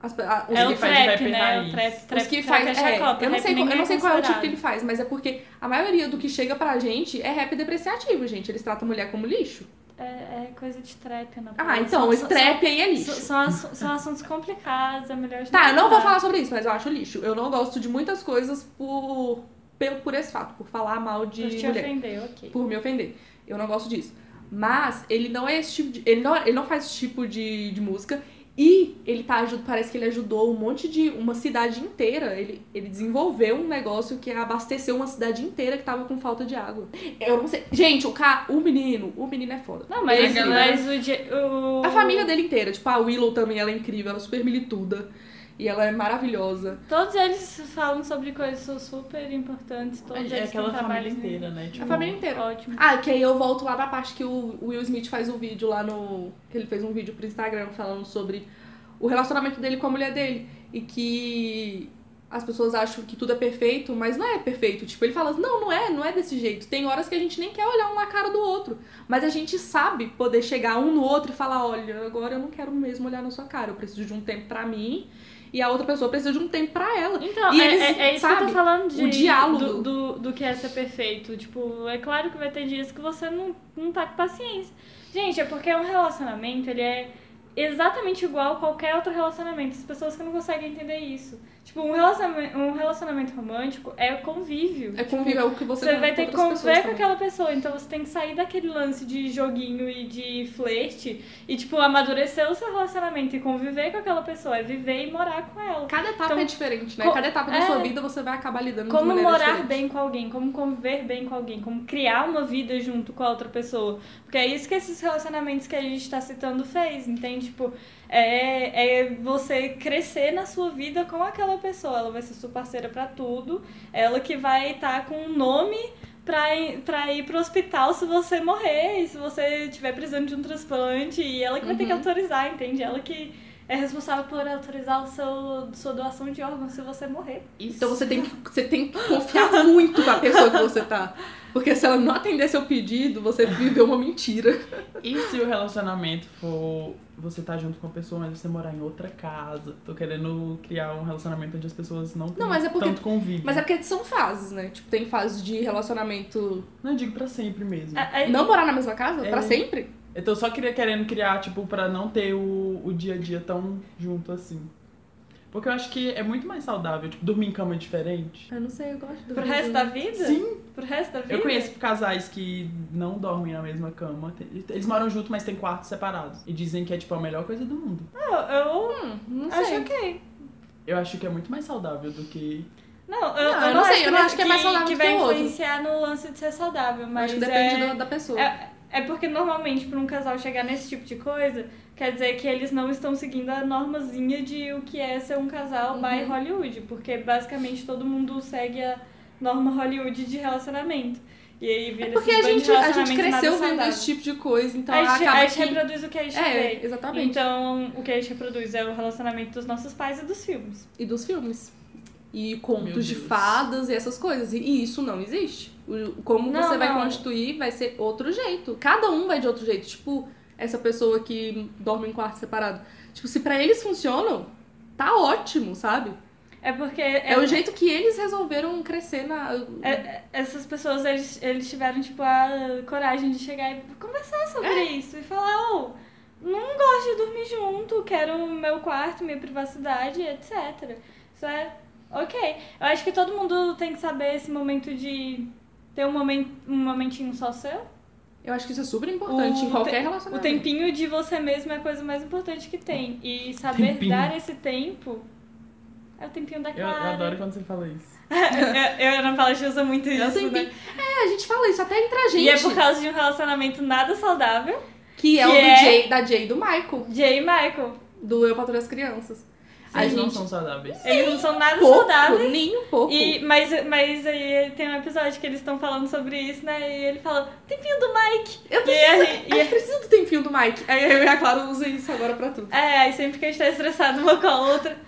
As- a- os
É
que
o
faz
trap,
rap
né?
raiz.
O trap, trap,
os que
trap
faz,
é chacota,
eu não
rap
sei, qual,
ninguém
eu não sei qual é o tipo
considerado.
que ele faz, mas é porque a maioria do que chega pra gente é rap depreciativo, gente. Eles tratam a mulher como lixo.
É, é coisa de trap, Ana Paula.
Ah, então, esse trap aí é
são,
lixo.
são, assu- são assuntos complicados, é melhor a gente
Tá, eu não vou
parar.
falar sobre isso, mas eu acho lixo. Eu não gosto de muitas coisas por, pelo, por esse fato, por falar mal de
Por te
mulher,
ofender, ok.
por me ofender. Eu não gosto disso. Mas ele não é esse tipo de. Ele não, ele não faz esse tipo de, de música. E ele tá ajudando. Parece que ele ajudou um monte de. uma cidade inteira. Ele, ele desenvolveu um negócio que abasteceu uma cidade inteira que tava com falta de água. Eu não sei. Gente, o cara. O menino, o menino é foda.
Não, mas,
Ele
assim,
é incrível.
mas o, Je- o-
A família dele inteira, tipo, a Willow também, ela é incrível, ela é super milituda. E ela é maravilhosa.
Todos eles falam sobre coisas super importantes, todos
É
eles têm
aquela família
trabalhos
inteira, né?
A
Tipo,
família inteira.
Ótimo.
Ah, que aí eu volto lá na parte que o Will Smith faz um vídeo lá no. que ele fez um vídeo pro Instagram falando sobre o relacionamento dele com a mulher dele. E que. as pessoas acham que tudo é perfeito, mas não é perfeito. Tipo, ele fala, não, não é, não é desse jeito. Tem horas que a gente nem quer olhar um na cara do outro. Mas a gente sabe poder chegar um no outro e falar, olha, agora eu não quero mesmo olhar na sua cara, eu preciso de um tempo pra mim. E a outra pessoa precisa de um tempo pra ela.
Então,
E
é,
eles,
é- é isso que eu
sabe,
tô falando de,
o diálogo.
Do, do, do que é ser perfeito. Tipo, é claro que vai ter dias que você não, não tá com paciência. Gente, é porque um relacionamento, ele é exatamente igual a qualquer outro relacionamento. As pessoas que não conseguem entender isso. Tipo, um relacionamento, um relacionamento romântico é convívio.
É
Tipo,
conviver, é o que você,
você
tem
vai ter que
outras pessoas
conviver com
também.
aquela pessoa, então você tem que sair daquele lance de joguinho e de flerte e, tipo, amadurecer o seu relacionamento e conviver com aquela pessoa, é viver e morar com ela.
Cada etapa
Então,
é diferente, né?
co-
Cada etapa da
é.
sua vida você vai acabar lidando de
Como
maneira
morar
diferente.
bem com alguém, como conviver bem com alguém, como criar uma vida junto com a outra pessoa. Porque é isso que esses relacionamentos que a gente tá citando fez, entende? Tipo, é, é você crescer na sua vida com aquela pessoa. Ela vai ser sua parceira pra tudo, ela que vai estar com um nome pra, ir- pra ir pro hospital se você morrer, e se você tiver precisando de um transplante, e ela que vai ter que
Uhum.
autorizar, entende? Ela que. É responsável por autorizar o seu, sua doação de órgãos se você morrer.
Então você tem, que, você tem que confiar muito com a pessoa que você tá. Porque se ela não atender seu pedido, você viveu uma mentira.
E se o relacionamento for você tá junto com a pessoa, mas você morar em outra casa? Tô querendo criar um relacionamento onde as pessoas não têm
Não, mas é porque-
tanto convívio.
Mas é porque são fases, né? Tipo, tem fases de relacionamento.
Não eu digo pra sempre mesmo.
É.
A- a-
Não morar na mesma casa?
É.
Pra sempre?
Eu tô só queria, querendo criar, tipo, pra não ter o, o dia a dia tão junto assim. Porque eu acho que é muito mais saudável, tipo, dormir em cama diferente.
Eu não sei, eu gosto do.
Pro resto da vida?
Sim.
Pro resto da vida?
Eu conheço casais que não dormem na mesma cama. Tem- Eles moram junto, mas têm quartos separados. E dizem que é, tipo, a melhor coisa do mundo.
Eu, eu
Hum, não
acho
sei.
ok.
Eu acho que é muito mais saudável do que.
Não, eu,
Não,
eu
eu não sei, eu não
vai-
acho que é mais saudável
que
do
vai
que o outro.
influenciar no lance de ser saudável,
Mas
mas
acho que depende
é...
da, da pessoa.
É, é porque normalmente pra um casal chegar nesse tipo de coisa, quer dizer que eles não estão seguindo a normazinha de o que é ser um casal by
Uhum.
Hollywood, porque basicamente todo mundo segue a norma Hollywood de relacionamento. E aí vira
É porque
esses
a
bando de
gente, a gente
relacionamento nada
cresceu vendo
saudável.
esse tipo de coisa, então
a gente,
acaba
a gente
que...
reproduz o que a gente vê.
É, exatamente.
Então, o que a gente reproduz é o relacionamento dos nossos pais e dos filmes.
e dos filmes. E contos de
Deus.
fadas e essas coisas. E- E isso não existe. O- Como
Não,
você vai
não.
constituir vai ser outro jeito. Cada um vai de outro jeito. Tipo, essa pessoa que dorme em quarto separado. Tipo, se pra eles funcionam, tá ótimo, sabe?
É porque
É, o jeito que eles resolveram crescer na.
é- essas pessoas, eles, eles tiveram, tipo, a coragem de chegar e conversar sobre
É.
isso. E falar, ô, não gosto de dormir junto, quero o meu quarto, minha privacidade, etc. Isso é ok. Eu acho que todo mundo tem que saber esse momento de ter um, momento, um momentinho só seu.
Eu acho que isso é super importante
O
em qualquer
te- O
relacionamento.
tempinho de você mesmo é a coisa mais importante que tem. E saber
Tempinho.
dar esse tempo é o tempinho da
Eu, eu
Clara.
adoro quando você fala isso.
eu, eu não falo, a gente usa muito
É, o
isso,
tempinho.
né?
É, a gente fala isso até entre a gente.
E é por causa de um relacionamento nada saudável.
Que é o
que
do
é-
Jay, da Jay e do Michael,
Jay e Michael.
do Eu Patrulho as Crianças. A
Eles não
gente-
são saudáveis.
Eles não são nada
Pouco,
saudáveis.
nem um pouco.
E, mas, mas aí tem um episódio que eles estão falando sobre isso, né? E ele fala, tempinho do Mike.
Eu
E aí,
E
e
eu preciso do tempinho do Mike. Aí eu e a Clara usa isso agora pra tudo.
é, aí sempre que a gente tá estressado uma com a outra.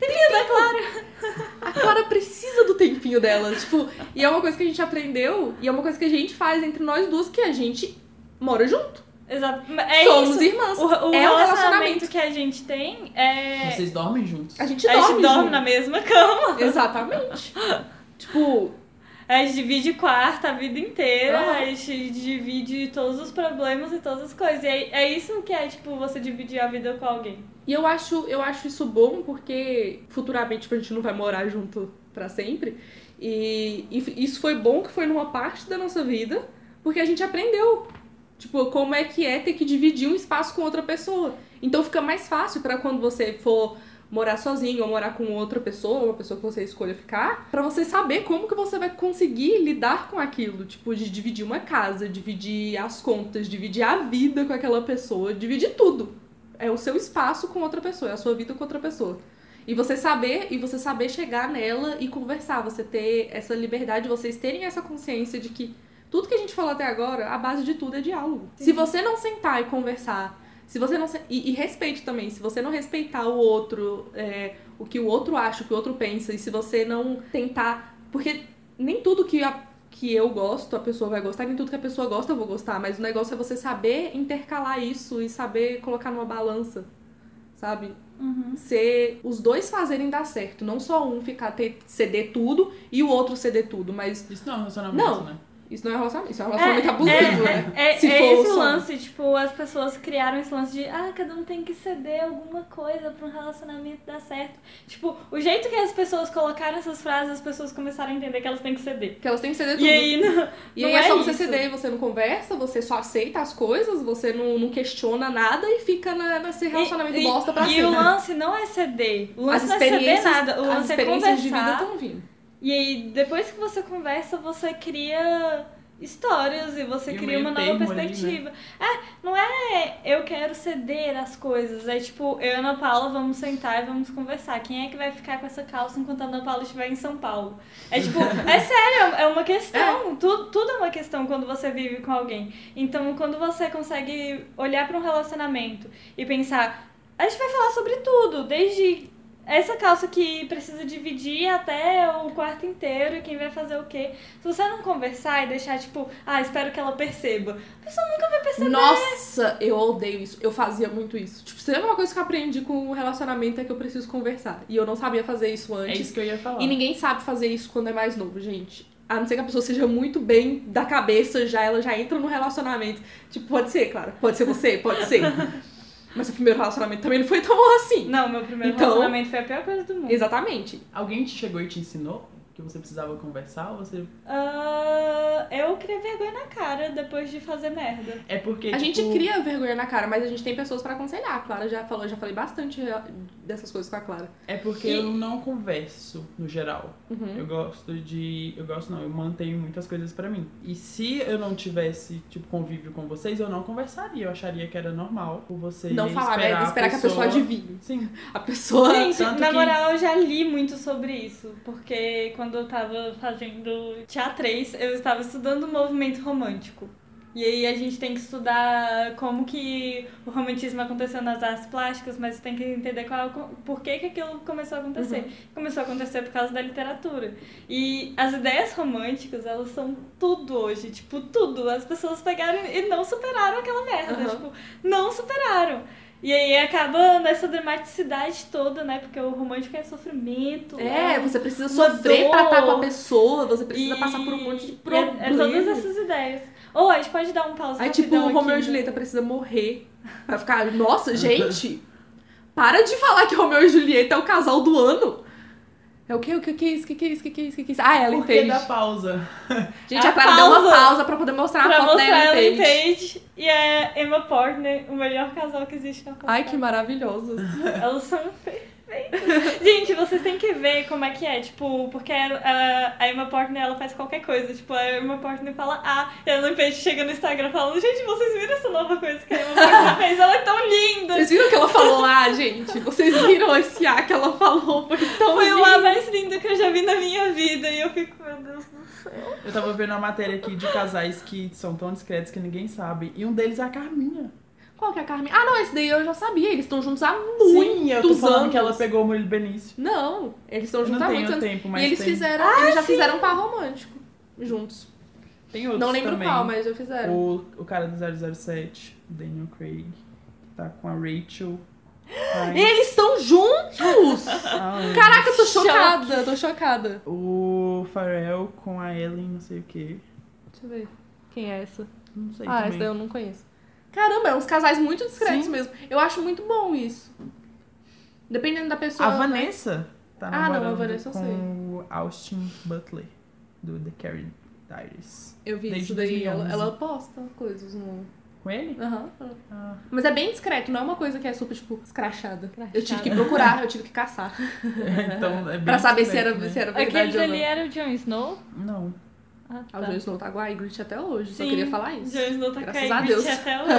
Tempinho da Clara.
A Clara precisa do tempinho dela, tipo, e é uma coisa que a gente aprendeu, e é uma coisa que a gente faz entre nós duas, que a gente mora junto.
Exato. É
Somos
isso.
irmãs.
O, o
É um
relacionamento
relacionamento.
que a gente tem é.
Vocês dormem juntos.
A gente
a
dorme.
gente dorme
junto.
na mesma cama.
Exatamente. tipo,
A gente divide quarto a vida inteira.
Aham.
A gente divide todos os problemas e todas as coisas. E é, é isso que é, tipo, você dividir a vida com alguém.
e eu acho, eu acho isso bom porque futuramente tipo, a gente não vai morar junto pra sempre. E, e isso foi bom que foi numa parte da nossa vida, porque a gente aprendeu. Tipo, como é que é ter que dividir um espaço com outra pessoa. Então fica mais fácil pra quando você for morar sozinho ou morar com outra pessoa, uma pessoa que você escolha ficar, pra você saber como que você vai conseguir lidar com aquilo, tipo de dividir uma casa, dividir as contas, dividir a vida com aquela pessoa, dividir tudo. É o seu espaço com outra pessoa, é a sua vida com outra pessoa. E você saber, e você saber chegar nela e conversar, você ter essa liberdade, vocês terem essa consciência de que tudo que a gente falou até agora, a base de tudo é diálogo.
Sim.
Se você não sentar e conversar Se você não se- e, e respeite também. Se você não respeitar o outro, é, o que o outro acha, o que o outro pensa, e se você não tentar. Porque nem tudo que, a- que eu gosto a pessoa vai gostar, nem tudo que a pessoa gosta eu vou gostar. Mas o negócio é você saber intercalar isso e saber colocar numa balança, sabe?
Uhum.
ser os dois fazerem dar certo, não só um ficar ter, ceder tudo e o outro ceder tudo, mas
Isso não é um relacionamento,
Não.
né?
isso não é relacionamento, isso é um relacionamento abusivo, né?
É, é,
Se
é
for
esse
o
o
som.
lance, tipo, as pessoas criaram esse lance de ah, cada um tem que ceder alguma coisa pra um relacionamento dar certo. Tipo, o jeito que as pessoas colocaram essas frases, as pessoas começaram a entender que elas têm que ceder.
Porque elas têm que ceder É tudo.
E aí, não,
E
não
aí é, só você
isso.
ceder, você não conversa, você só aceita as coisas, você não, não questiona nada e fica na, nesse relacionamento
e,
bosta pra
E
sempre.
o lance não é ceder. O
as
lance não é ceder
experiências,
nada. O
as
lance é
experiências de vida
conversar.
estão vindo.
E aí, depois que você conversa, você cria histórias e você
E um
cria
meio
uma nova
termo ali,
perspectiva. É, não é eu quero ceder as coisas. É tipo, eu e Ana Paula vamos sentar e vamos conversar. Quem é que vai ficar com essa calça enquanto a Ana Paula estiver em São Paulo? É tipo, é sério, é uma questão. Tudo, tudo é uma questão quando você vive com alguém. Então, quando você consegue olhar para um relacionamento e pensar, a gente vai falar sobre tudo, desde essa calça que precisa dividir até o quarto inteiro e quem vai fazer o quê. Se você não conversar e deixar, tipo, ah, espero que ela perceba. A pessoa nunca vai perceber.
Nossa, eu odeio isso. Eu fazia muito isso. Tipo, se tem uma coisa que eu aprendi com o relacionamento é que eu preciso conversar. E eu não sabia fazer isso
É
antes.
isso que eu ia falar.
E ninguém sabe fazer isso quando é mais novo, gente. A não ser que a pessoa seja muito bem da cabeça, já ela já entra no relacionamento. Tipo, pode ser, claro. Pode ser você, pode ser. Mas o primeiro relacionamento também não foi tão assim.
Não, meu primeiro
Então-
relacionamento foi a pior coisa do mundo.
Exatamente.
Alguém te chegou e te ensinou que você precisava conversar ou você...
Ah, eu criei vergonha na cara depois de fazer merda.
É porque,
A gente
tipo,
cria vergonha na cara, mas a gente tem pessoas pra aconselhar. A Clara já falou, eu já falei bastante eh, dessas coisas com a Clara.
É porque
E-
eu não converso, no geral.
Uhum.
Eu gosto de... Eu gosto não, eu mantenho muitas coisas pra mim. E se eu não tivesse, tipo, convívio com vocês, eu não conversaria. Eu acharia que era normal por vocês
Não falar, né? Esperar que a pessoa adivinhe.
Sim.
A pessoa.
Gente,
tanto
na
que-
moral, eu já li muito sobre isso, porque quando eu tava fazendo teatrês, eu estava estudando o movimento romântico. E aí a gente tem que estudar como que o romantismo aconteceu nas artes plásticas, mas tem que entender qual, é por que, que aquilo começou a acontecer.
Uhum.
Começou a acontecer por causa da literatura. E as ideias românticas, elas são tudo hoje, tipo, tudo. As pessoas pegaram e não superaram aquela merda,
Uhum.
tipo, não superaram. E aí acaba nessa dramaticidade toda, né? Porque o romântico é sofrimento.
É,
né?
você precisa
Uma
sofrer pra
dor.
estar com a pessoa, você precisa
E-
passar por um monte de
e é-
problema.
É, todas essas ideias. Ou a gente pode dar um pause
Aí, tipo,
rapidão
o Romeu e
aqui. né?
Julieta precisa morrer. Vai ficar, nossa, gente, para de falar que Romeu e Julieta é o casal do ano. É o quê? O que que é isso? O que que é isso? O que que é isso? O que que é isso? Ah, ela
Por que
entende.
da pausa?
Gente, a
A
Clara deu uma
pausa.
pausa pra poder mostrar a
Pra
foto
mostrar
dela
ela
entende.
em Page e é Emma Portner, o melhor casal que existe na face
Ai,
da
que maravilhoso.
Elas são perfeitas. Gente, vocês têm que ver como é que é, tipo, porque a, a Emma Portner, ela faz qualquer coisa. Tipo, a Emma Portner fala A, e a Ellen Page chega no Instagram falando, gente, vocês viram essa nova coisa que a Emma Portner fez? Ela é tão linda!
Vocês viram o que ela falou lá, gente? Vocês viram esse A que ela falou? Foi tão
Foi o
lindo.
A mais lindo que eu já vi na minha vida. E eu fico, meu Deus do céu.
Eu tava vendo uma matéria aqui de casais que são tão discretos que ninguém sabe. E um deles é a Carminha.
Qual que é a Carmen? Ah, não, esse daí eu já sabia. Eles estão juntos há muito.
Sim, eu tô falando
anos.
que ela pegou o Murilo Benício.
Não, eles estão
Eu
juntos
não
há
tenho
muitos anos.
tempo, mas
e eles
tem,
fizeram, eles já fizeram um par romântico juntos.
tem outros
não lembro
também.
qual, mas já fizeram.
O, o cara do 007, o Daniel Craig, que tá com a Rachel. Ai,
Eles estão juntos!
ai.
Caraca, eu tô chocada, tô chocada.
Ah, O Pharrell com a Ellen, não sei o que.
Deixa eu ver. Quem é essa?
Não sei
ah, essa daí
também.
eu não conheço. Caramba, é uns casais muito discretos mesmo. Eu acho muito bom isso. Dependendo da pessoa.
A Vanessa tá
né? Ah, não, a
namorando
Vanessa eu
com
sei.
o Austin Butler, do The Carrie Diaries.
Eu vi
desde
isso daí. Ela,
2011.
ela posta coisas no.
Com ele?
Aham.
Ah.
Mas é bem discreto, não é uma coisa que é super, tipo, escrachada. Eu tive
Escrachada.
que procurar, eu tive que caçar.
então, é bem
pra saber se
discreto,
era,
né?
É
se era verdade
Aquele
ou não.
ali era o Jon Snow?
Não.
Ah,
Ah, o Jon Snow tá com a Ygritte até hoje. Só
Sim,
queria falar isso.
Jon Snow tá com a
Graças a
Ygritte
Deus.
até hoje.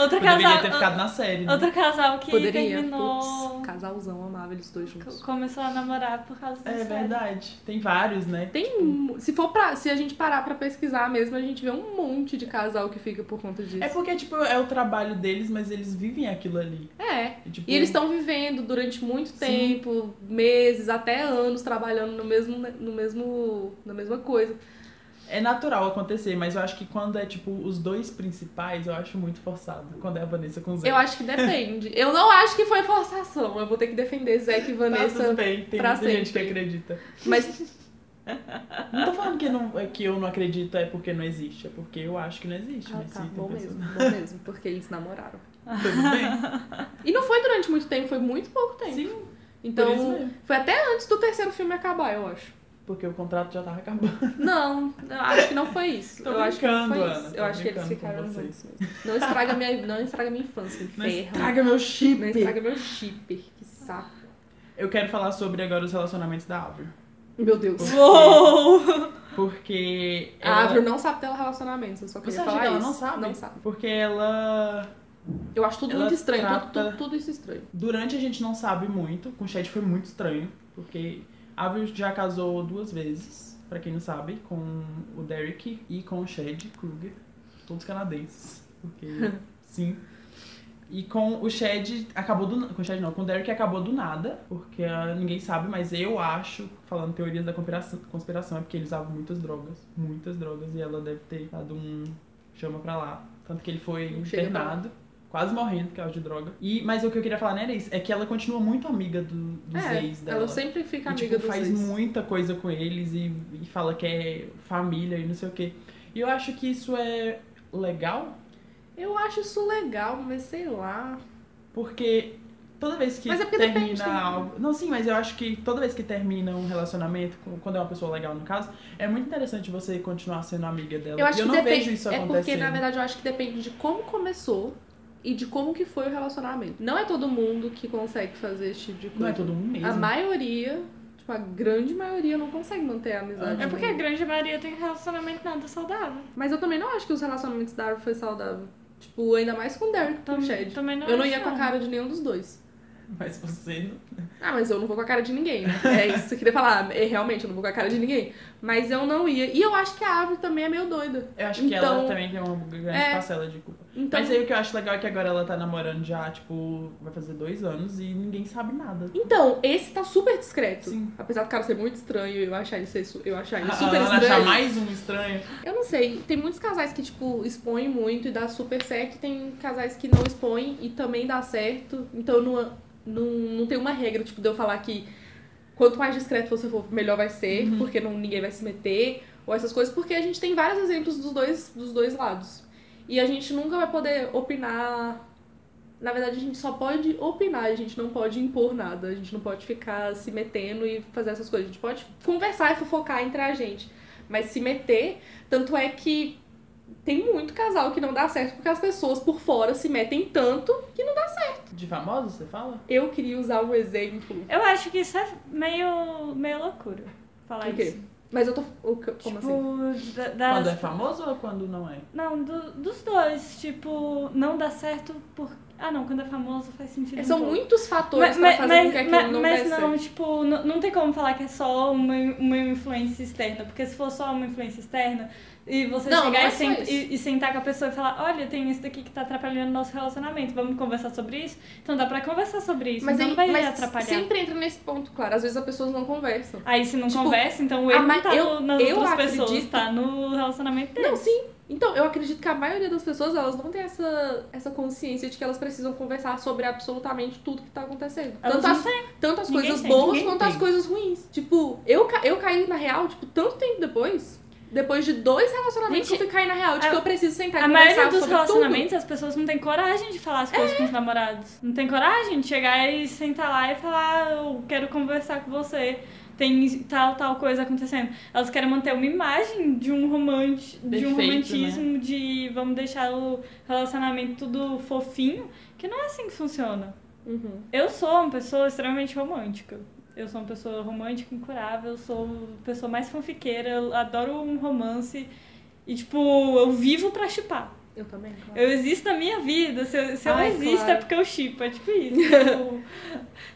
Outro
Poderia
casal,
ter ficado na série, né?
outro casal que
Poderia.
terminou.
Putz, casalzão, amava eles dois juntos.
co- Começou a namorar por causa
É
disso.
verdade. Tem vários, né?
Tem, um- se for para, se a gente parar pra pesquisar mesmo, a gente vê um monte de casal que fica por conta disso.
É porque, tipo, é o trabalho deles, mas eles vivem aquilo ali.
É.
E, tipo,
E eles estão vivendo durante muito
Sim.
tempo, meses, até anos trabalhando no mesmo né, no mesmo na mesma coisa.
É natural acontecer, mas eu acho que quando é, tipo, os dois principais, eu acho muito forçado. Quando é a Vanessa com o Zé.
Eu acho que depende. Eu não acho que foi forçação. Eu vou ter que defender Zack e
Tá, tudo
Vanessa.
bem. Tem
pra
muita gente que
sempre.
acredita.
Mas
Não tô falando que, não, é que eu não acredito é porque não existe, é porque eu acho que não existe.
ah,
mas
tá,
sim, tem
bom
pessoas-
mesmo, bom mesmo, porque eles namoraram.
Tudo bem.
E não foi durante muito tempo, foi muito pouco tempo.
Sim, por isso
então,
mesmo.
foi até antes do terceiro filme acabar, eu acho.
Porque o contrato já tava acabando.
Não, eu acho que não foi isso.
Tô
eu acho que não foi
brincando,
isso.
Ana, tô
Eu acho que eles
brincando com
ficaram
você.
juntos mesmo. Não estraga minha, não estraga minha infância,
Não
inferno.
estraga meu chip!
Não estraga meu chip, que saco.
Eu quero falar sobre agora os relacionamentos da Avril.
Meu Deus.
Uou!
Porque.
A Avril não sabe ter relacionamentos, eu só queria
Você acha
falar
que ela
isso.
não sabe?
Não sabe.
Porque ela.
Eu acho tudo
Ela
muito estranho, tudo-
trata-
tudo, tudo isso estranho.
Durante a gente não sabe muito, com o Chad foi muito estranho, porque a Avril já casou duas vezes, pra quem não sabe, com o Derek e com o Chad Kruger, todos canadenses, porque sim. E com o Chad acabou do na- com o Chad não, com o Derek acabou do nada, porque ah, ninguém sabe, mas eu acho, falando teorias da conspiração, conspiração é porque ele usava muitas drogas, muitas drogas e ela deve ter dado um chama pra lá, tanto que ele foi
Não chega pra lá.
internado quase morrendo por causa de droga. E, mas o que eu queria falar não era isso, é que ela continua muito amiga do, dos
é,
ex dela.
ela sempre fica
e,
amiga
tipo,
dos
faz
ex.
muita coisa com eles e, e fala que é família e não sei o quê. E eu acho que isso é legal,
Eu acho isso legal, mas sei lá.
porque toda vez que
Mas é porque
termina
depende, né?
algo. Não, sim, mas eu acho que toda vez que termina um relacionamento, com- quando é uma pessoa legal no caso, é muito interessante você continuar sendo amiga dela.
Eu acho
Então,
que
e eu não
depende.
vejo isso
é
acontecendo.
porque, na verdade, eu acho que depende de como começou e de como que foi o relacionamento. Não é todo mundo que consegue fazer esse tipo de coisa.
Não é todo mundo mesmo.
A maioria, tipo, a grande maioria não consegue manter a amizade.
É porque a
né?
grande maioria tem relacionamento nada saudável.
Mas eu também não acho que os relacionamentos da Árvore foi saudável. Tipo, ainda mais com o Derek e com o Chad.
Também não é
Eu não
acho,
ia com a cara de nenhum dos dois.
Mas você não.
Ah, mas eu não vou com a cara de ninguém, né? É isso que eu queria falar. É, realmente, eu não vou com a cara de ninguém. Mas eu não ia. E eu acho que a Árvore também é meio doida.
Eu acho que
Então-
ela também tem uma grande
É.
parcela de culpa.
Então,
Mas aí o que eu acho legal é que agora ela tá namorando já, tipo, vai fazer dois anos e ninguém sabe nada.
então esse tá super discreto.
Sim.
Apesar do cara ser muito estranho, eu achar ele, ser su- eu achar ele
A
super
Ana
estranho.
achar mais um estranho.
Eu não sei, tem muitos casais que, tipo, expõem muito e dá super certo, e tem casais que não expõem e também dá certo. Então não, não, não tem uma regra, tipo, de eu falar que quanto mais discreto você for, melhor vai ser, porque não, ninguém vai se meter, ou essas coisas, porque a gente tem vários exemplos dos dois, dos dois lados. E a gente nunca vai poder opinar. Na verdade, a gente só pode opinar, a gente não pode impor nada, a gente não pode ficar se metendo e fazer essas coisas. A gente pode conversar e fofocar entre a gente, mas se meter tanto é que tem muito casal que não dá certo porque as pessoas por fora se metem tanto.
De famoso, você fala?
Eu queria usar um exemplo.
Eu acho que isso é meio, meio loucura falar
O quê?
isso.
Mas eu tô. o que- Como assim?
Tipo, da-
Quando é
das,
famoso ou quando não é?
Não, do- dos dois. Tipo, não dá certo por. Ah, não, quando é famoso faz sentido.
É,
um
São
pouco.
muitos fatores pra
mas,
fazer com que aquilo
mas-
não
mas
dê
não,
certo.
tipo, não, não tem como falar que é só uma, uma influência externa, porque se for só uma influência externa e você
Não,
chegar
não é
e,
só
sent-
isso.
e- e sentar com a pessoa e falar, olha, tem isso daqui que tá atrapalhando o nosso relacionamento, vamos conversar sobre isso? Então dá pra conversar sobre isso, então
Mas,
não
aí-
vai
mas
atrapalhar.
sempre entra nesse ponto, claro. Às vezes as pessoas não conversam.
Aí se não
Tipo,
conversa, então
a
ele
ma-
não tá
eu-
no, nas
eu
outras pessoas,
acredito-
tá no relacionamento dele.
Não, sim. Então, eu acredito que a maioria das pessoas, elas não tem essa, essa consciência de que elas precisam conversar sobre absolutamente tudo que tá acontecendo.
Elas
Tanto
não
as, tanto as
Ninguém
coisas
tem,
boas
ninguém
quanto
tem.
as coisas ruins. Tipo, eu, ca- eu caí na real, tipo, tanto tempo depois, depois de dois relacionamentos
Gente,
que eu fui cair na real, de
a-
que eu preciso sentar e
É, A
conversar
maioria dos
sobre É.
relacionamentos, as pessoas não têm coragem de falar as coisas com os namorados. Não tem coragem de chegar e sentar lá e falar, "Ah, eu quero conversar com você. Tem isso- tal, tal coisa acontecendo. Elas querem manter uma imagem de um romante, de
Perfeito,
um romantismo, de vamos deixar o relacionamento tudo fofinho, que não é assim que funciona.
tudo. Uhum.
Eu sou uma pessoa extremamente romântica. Eu sou uma pessoa romântica, incurável, sou a pessoa mais fanfiqueira, eu adoro um romance. E, tipo, eu vivo pra chipar.
Eu também, claro.
Eu existo na minha vida. Se eu, se eu
Ai,
existo é
claro.
porque eu chipo. É tipo isso. Tipo,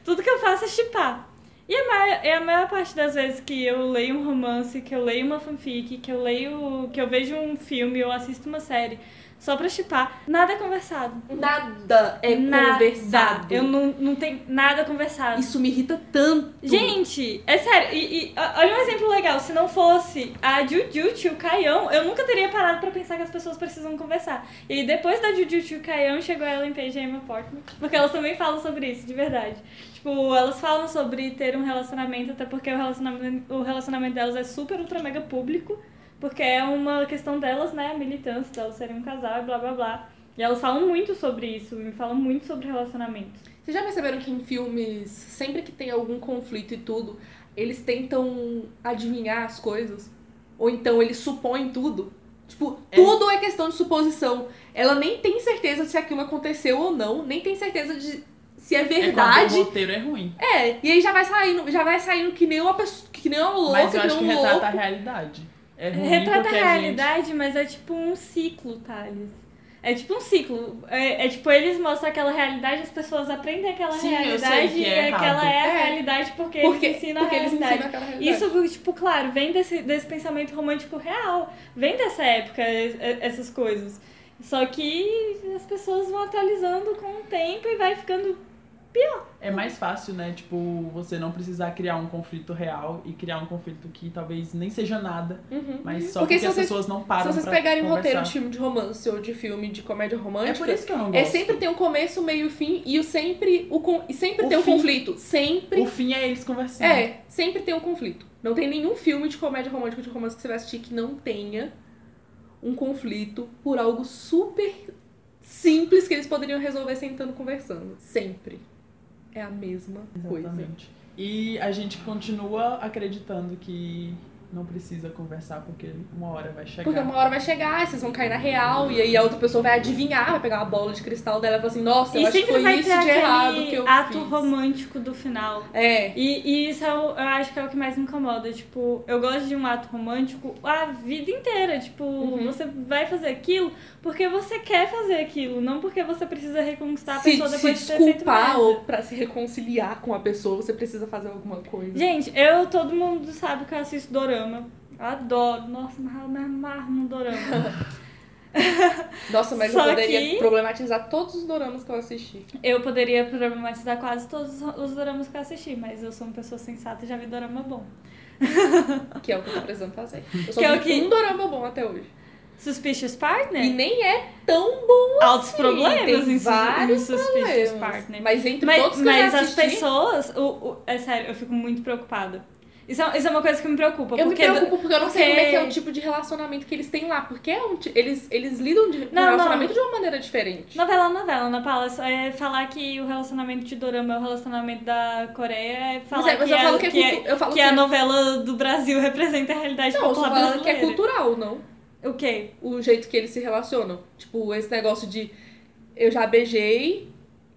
tudo que eu faço é chipar. E a, mai- e a maior parte das vezes que eu leio um romance, que eu leio uma fanfic, que eu leio. que eu vejo um filme ou assisto uma série só pra chipar, nada é conversado.
Nada é
nada.
conversado.
Eu não, não tem nada conversado.
Isso me irrita tanto.
Gente, é sério, e, e, ó, olha um exemplo legal. Se não fosse a Jujutsu e o Caião, eu nunca teria parado pra pensar que as pessoas precisam conversar. E aí, depois da Jujutsu e o Caião, chegou a Ellen Page e a Emma Portman. Porque elas também falam sobre isso, de verdade. Tipo, elas falam sobre ter um relacionamento, até porque o relacionamento, o relacionamento delas é super, ultra, mega público. Porque é uma questão delas, né, a militância, delas serem um casal e blá, blá, blá. E elas falam muito sobre isso, e falam muito sobre relacionamentos.
Vocês já perceberam que em filmes, sempre que tem algum conflito e tudo, eles tentam adivinhar as coisas? Ou então eles supõem tudo? Tipo,
É.
tudo é questão de suposição. Ela nem tem certeza se aquilo aconteceu ou não, nem tem certeza de se é
É quando o
verdade.
roteiro é ruim.
É, e aí já vai saindo, já vai saindo que nem uma pessoa, que nem uma louca,
mas eu
que
acho que
nem um louco.
retrata a realidade. É ruim
Retrata a
porque
realidade, mas é tipo um ciclo, Thales. É tipo um ciclo. É, é tipo, eles mostram aquela realidade, as pessoas aprendem aquela
Sim, eu sei
realidade
que é
e
errado.
aquela é a
É.
realidade porque,
Porque,
eles ensinam
porque
a
eles
realidade.
ensinam aquela realidade.
Isso, tipo, claro, vem desse, desse pensamento romântico real. Vem dessa época, e- e- essas coisas. Só que as pessoas vão atualizando com o tempo e vai ficando.
gente É mais fácil, né? Tipo, você não precisar criar um conflito real e criar um conflito que talvez nem seja nada,
Uhum.
mas só
Porque
porque,
se
as
vocês-
pessoas não param
Se vocês
pra
pegarem um
conversar.
roteiro de filme de romance ou de filme de comédia
É
romântica,
por isso que eu não gosto.
É sempre tem um começo, meio e fim, e o sempre, o con- e sempre
O
tem um
fim.
conflito. Sempre.
O fim é eles conversando.
É, sempre tem um conflito. Não tem nenhum filme de comédia romântica de romance que você vai assistir que não tenha um conflito por algo super simples que eles poderiam resolver sentando conversando. Sempre. É a mesma coisa.
Exatamente. E a gente continua acreditando que não precisa conversar porque uma hora vai chegar. É
Porque uma hora vai chegar, e vocês vão cair na real, e aí a outra pessoa vai adivinhar, vai pegar uma bola de cristal dela e falar assim, nossa, eu
e
acho que
sempre vai
foi
ter
isso de errado
aquele
que eu
ato
fiz.
romântico do final.
É,
E, e isso é o- eu acho que é o que mais me incomoda. Tipo, eu gosto de um ato romântico a vida inteira. Tipo,
Uhum.
você vai fazer aquilo porque você quer fazer aquilo, não porque você precisa reconquistar Tá, a
se,
pessoa
se
depois de ter feito
desculpar
merda.
ou pra se reconciliar com a pessoa, você precisa fazer alguma coisa.
Gente, eu, todo mundo sabe que eu assisto dorama. Eu adoro. Nossa, me me amarro no dorama.
Nossa, mas
só
eu poderia
que-
problematizar todos os doramas que eu assisti.
eu poderia problematizar quase todos os doramas que eu assisti, mas eu sou uma pessoa sensata e já vi dorama bom.
Que é o que eu tô precisando fazer. Eu só
Que é
vi
o que-
um dorama bom até hoje.
Suspicious Partner?
E nem é tão bom
altos
assim,
problemas
tem
em, Sus- em
vários
Suspicious
mesmo.
Partner.
Mas entre todos que
Mas,
eu
mas
já
as
assisti,
pessoas, o, o- é sério, eu fico muito preocupada. Isso é, isso é uma coisa que me preocupa.
eu me
porque
preocupo porque eu não sei
porque-
como é que é o tipo de relacionamento que eles têm lá. Porque é um ti- eles, eles lidam de, com
Não, não.
relacionamento de uma maneira diferente.
Novela, novela, Ana Paula. só É falar que o relacionamento de Dorama é o relacionamento da Coreia. É falar
mas é, mas
que,
eu
é-
falo que é,
que é-
cultu- eu falo
que a novela do Brasil representa a realidade
Não, eu tô
popular
falando que é
brasileira.
cultural, não.
O quê?
o jeito que eles se relacionam. Tipo, esse negócio de eu já beijei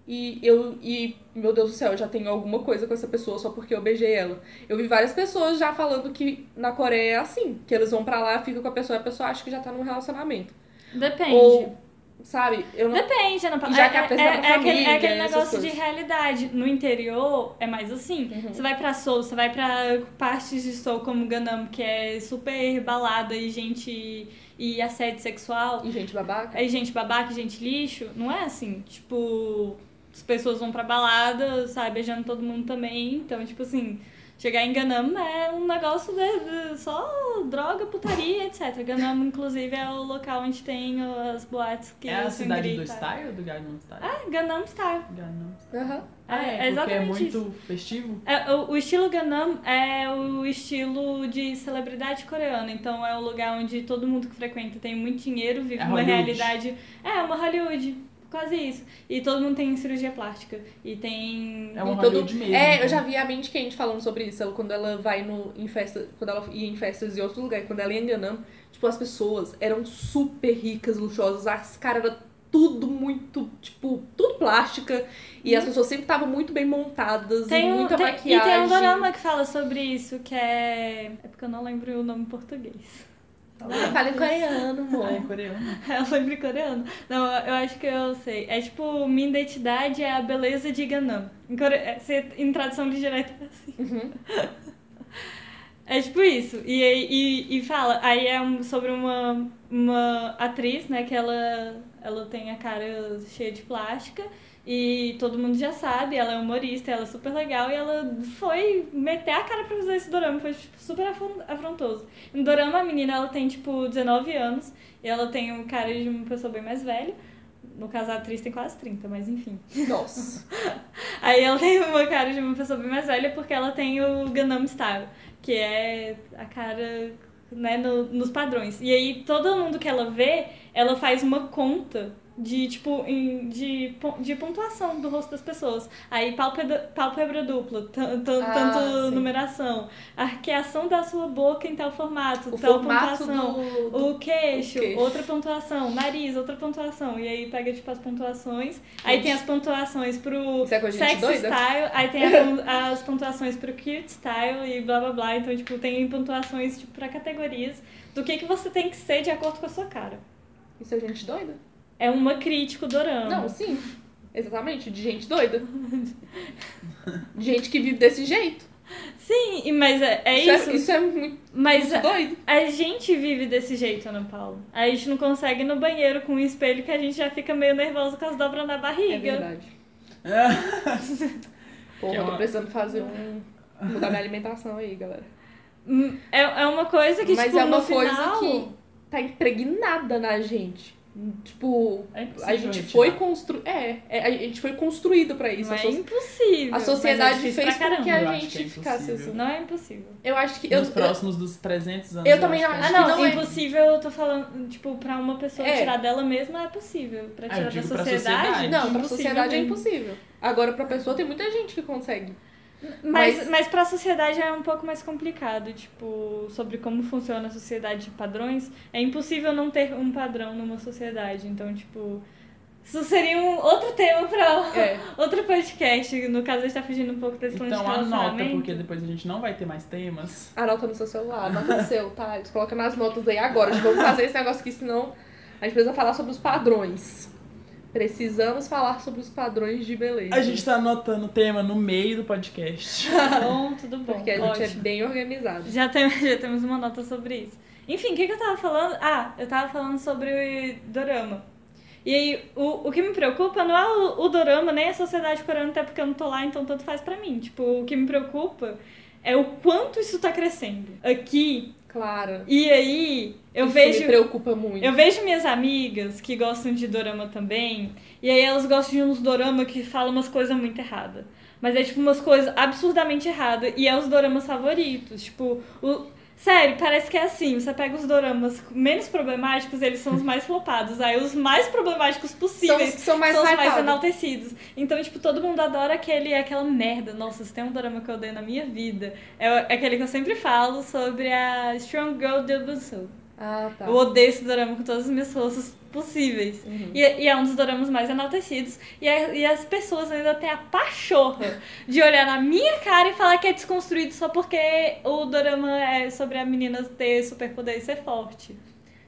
e eu e meu Deus do céu, eu já tenho alguma coisa com essa pessoa só porque eu beijei ela. Eu vi várias pessoas já falando que na Coreia é assim, que eles vão pra lá, ficam com a pessoa e a pessoa acha que já tá num relacionamento.
Depende.
Ou sabe, eu não
Depende, Ana Paula.
Já que a
É-
pessoa
é,
é uma
é aquele,
família,
é aquele
essas
negócio de
coisas.
realidade. No interior é mais assim.
Uhum.
Você vai pra Seoul, você vai pra partes de Seoul como Gangnam, que é super balada e gente e assédio sexual.
e gente babaca.
Aí gente babaca, e gente lixo. Não é assim. Tipo, as pessoas vão pra balada, sai beijando todo mundo também. Então, tipo assim, chegar em Gangnam é um negócio de, de- só droga, putaria, etc. Gangnam, inclusive, é o local onde tem as boates que
É a
os
cidade do
grita.
style do Gangnam Style?
Ah?
Gangnam Style.
Gangnam.
Aham.
Ah, é,
é
porque é
exatamente
muito
isso.
festivo.
É, o, o estilo Gangnam é o estilo de celebridade coreana. Então é o lugar onde todo mundo que frequenta tem muito dinheiro, vive
É
uma
Hollywood.
realidade. É, uma Hollywood. Quase isso. E todo mundo tem cirurgia plástica. E tem.
É uma
E todo-
Hollywood mesmo.
Uhum.
É, eu já vi a mente quente falando sobre isso. Ela, quando ela vai no, em festa, quando ela ia em festas em outro lugar, quando ela ia em Gangnam, tipo, as pessoas eram super ricas, luxuosas, as caras eram tudo muito, tipo, tudo plástica. E as pessoas sempre estavam muito bem montadas,
Uhum. Tem
e
um,
muita
tem-
maquiagem.
E tem um dorama que fala sobre isso, que é. É porque eu não lembro o nome em português.
Ah, Fala em coreano,
Ai,
amor.
Tá é coreano.
Eu lembro em coreano. Não, eu acho que eu sei. É tipo, minha identidade é a beleza de Ganam. Em, core... é, se- em tradução direta é assim.
Uhum.
É tipo isso. E, e, e fala, aí é um- sobre uma, uma atriz, né, que ela, ela tem a cara cheia de plástica e todo mundo já sabe, ela é humorista, ela é super legal e ela foi meter a cara pra fazer esse dorama, foi tipo, super afron- afrontoso. No dorama, a menina, ela tem tipo 19 anos e ela tem o cara de uma pessoa bem mais velha. No caso, a atriz tem quase 30, mas enfim.
Nossa.
Aí ela tem uma cara de uma pessoa bem mais velha porque ela tem o Gangnam Style, que é a cara né, no- nos padrões. E aí todo mundo que ela vê, ela faz uma conta de tipo em- de, pon- de pontuação do rosto das pessoas. Aí pálpebra, pálpebra dupla, tan- tan-
Ah,
tanto
sim.
numeração, arqueação da sua boca em tal formato,
O
tal
formato
pontuação.
do, do-
O queixo,
O queixo.
outra pontuação. Nariz, outra pontuação. E aí pega, tipo, as pontuações. Aí
Gente.
tem as pontuações pro
Isso é coisa de gente
sex
doida?
style. Aí tem a pon- as pontuações pro cute style e blá blá blá. Então, tipo, tem pontuações, tipo, pra categorias do que, que você tem que ser de acordo com a sua cara.
Isso é gente doida?
É uma crítica dorama.
Não, sim. Exatamente, de gente doida. De gente que vive desse jeito.
Sim, e- mas é, é
isso,
isso.
É, isso é muito
Mas a,
doido.
a gente vive desse jeito, Ana Paula. A gente não consegue ir no banheiro com um espelho que a gente já fica meio nervosa com as dobras na
É
barriga.
verdade.
Ah,
Porra,
Que é
eu tô
uma-
precisando fazer um. mudar minha alimentação aí, galera.
Hum, É, é uma coisa que,
Mas
tipo,
é uma
no
coisa
final... é
que tá impregnada na gente. Tipo,
é
a
impossível
gente
retirar.
foi construída. É, é, a gente foi construída pra isso.
Não
a,
é
so-
impossível.
a
mas é
sociedade
difícil
fez
pra
com que
caramba.
Eu
a
acho
gente
que é
ficasse
impossível.
assim.
Não é impossível.
Eu acho que. Eu,
Nos próximos dos 300 anos.
Eu também
acho que
não-
a
Acho
Ah,
gente-
que
não,
não é.
impossível eu tô falando, tipo, pra uma pessoa
É.
tirar dela mesma é possível. Pra
Ah, eu
tirar da
digo pra
sociedade,
sociedade.
não, pra
impossível
sociedade é
mesmo.
impossível. Agora, pra pessoa, tem muita gente que consegue.
Mas, mas...
Mas-
pra sociedade é um pouco mais complicado, tipo, sobre como funciona a sociedade de padrões. É impossível não ter um padrão numa sociedade. Então, tipo, isso seria um outro tema pra
É.
outro podcast. No caso, a gente tá fugindo um pouco desse lance de
Então anota,
relacionamento.
porque depois a gente não vai ter mais temas.
Anota tá no seu celular, anota no seu, tá? Eles colocam nas notas aí agora. A gente vamos fazer esse negócio aqui, senão a gente precisa falar sobre os padrões. Precisamos falar sobre os padrões de beleza.
A gente tá anotando o tema no meio do podcast.
Então,
Tá bom, tudo bom.
Porque a gente
ótimo.
é bem organizado.
Já, tem- já temos uma nota sobre isso. Enfim, o que, que eu tava falando? Ah, eu tava falando sobre dorama. E aí, o, o que me preocupa não é o, o dorama, nem a sociedade coreana, até porque eu não tô lá, então tanto faz pra mim. Tipo, o que me preocupa é o quanto isso tá crescendo aqui.
Claro.
E aí, eu
Isso
vejo.
me preocupa muito.
Eu vejo minhas amigas que gostam de dorama também, e aí elas gostam de uns dorama que falam umas coisas muito erradas. Mas é tipo umas coisas absurdamente erradas, e é os doramas favoritos. Tipo, o... sério, parece que é assim: você pega os doramas menos problemáticos, eles são os mais flopados. Aí os mais problemáticos
São os
possíveis
que são mais
são os mais
hypados.
enaltecidos. Então, tipo, todo mundo adora aquele, aquela merda. Nossa, se tem um drama que eu odeio na minha vida, é o- é aquele que eu sempre falo sobre a Strong Girl de Bunsou.
Ah, tá.
Eu odeio esse dorama com todas as minhas forças possíveis.
Uhum.
E, e é um dos doramas mais enaltecidos. E, a- e as pessoas ainda têm a pachorra de olhar na minha cara e falar que é desconstruído só porque o dorama é sobre a menina ter superpoder e ser forte.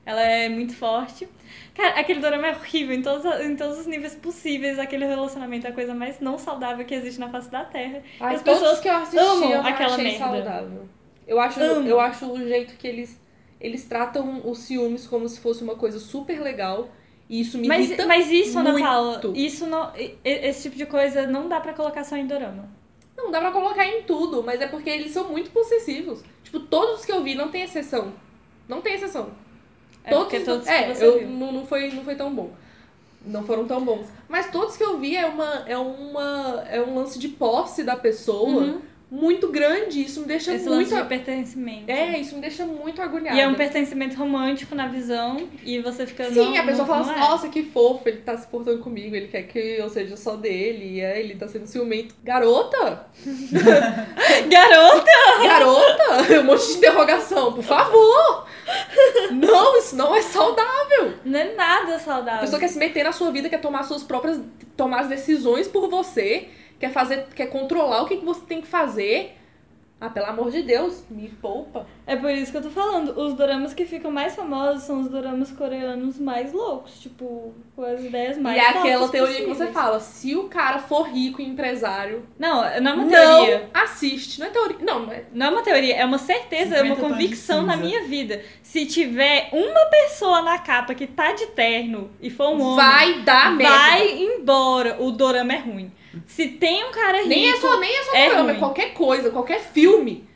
Ela é muito forte. Cara, aquele dorama é horrível em todos, a- em todos os níveis possíveis. Aquele relacionamento é a coisa mais não saudável que existe na face da Terra.
Ai,
as
todos
pessoas
que eu assisti,
amam
eu não
aquela
achei
merda.
saudável. Eu acho,
Amam.
eu acho o jeito que eles, eles tratam os ciúmes como se fosse uma coisa super legal. E isso me
Mas,
irrita
mas isso, Ana
muito.
Paula, isso não, e- e- esse tipo de coisa não dá pra colocar só em dorama.
Não dá pra colocar em tudo, mas é porque eles são muito possessivos. Tipo, todos que eu vi, não tem exceção. Não tem exceção.
É
todos,
porque todos que
é,
você
eu
viu.
Não, não foi não foi tão bom. Não foram tão bons. Mas todos que eu vi é uma é uma é um lance de posse da pessoa
Uhum.
muito grande, isso me deixa
Esse
muito
lance de pertencimento.
É, isso me deixa muito agoniada.
E é um pertencimento romântico na visão, e você fica.
Sim,
não,
a pessoa
não,
fala
não
assim,
é.
nossa, que fofo, ele tá se portando comigo, ele quer que eu seja só dele, e é, ele tá sendo ciumento. Garota!
Garoto!
Garota? Um monte de interrogação, por favor! Não, isso não é saudável.
Não é nada
A
saudável.
pessoa quer se meter na sua vida, quer tomar suas próprias. tomar as decisões por você, quer fazer, quer controlar o que, que você tem que fazer. Ah, pelo amor de Deus, me poupa.
É por isso que eu tô falando. Os doramas que ficam mais famosos são os doramas coreanos mais loucos. Tipo, com as ideias mais
e é aquela
tortas
teoria que você
possíveis.
fala: se o cara for rico e empresário,
Não, não é uma
não
teoria.
Tá assiste. Não é teoria. Não, não é.
Não é uma teoria, é uma certeza, é
50 tons
uma
de
convicção na
cinza.
minha vida. Se tiver uma pessoa na capa que tá de terno e for um homem,
vai dar merda.
vai embora. O dorama é ruim. Se tem um cara rico.
Nem é só, nem é só
é
um drama,
ruim.
é qualquer coisa, qualquer filme.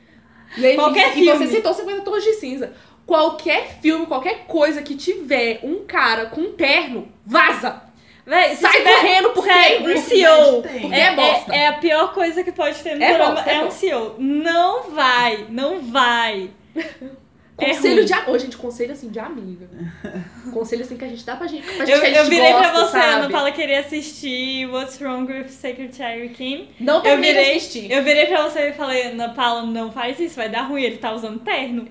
E aí,
Qualquer
e
filme.
você citou 50 tons de cinza. Qualquer filme, qualquer coisa que tiver um cara com um terno, vaza!
Véi, se
Sai
tiver-
correndo porque
Sério,
porque
um CEO.
tem.
É bosta.
é a pior coisa que pode ter no
É
dorama.
bosta,
é,
é
um
bosta.
CEO. Não vai, não vai. É
Conselho
ruim.
de amor. Gente, conselho assim de amiga. Conselho assim que a gente dá pra gente. Pra gente
Eu,
que a gente
eu virei
gosta,
pra você,
sabe?
Ana Paula queria assistir What's Wrong with Secretary Kim.
Não
Eu
terminei de
virei,
assistir.
eu virei pra você e falei, Ana Paula, não faz isso, vai dar ruim, ele tá usando terno.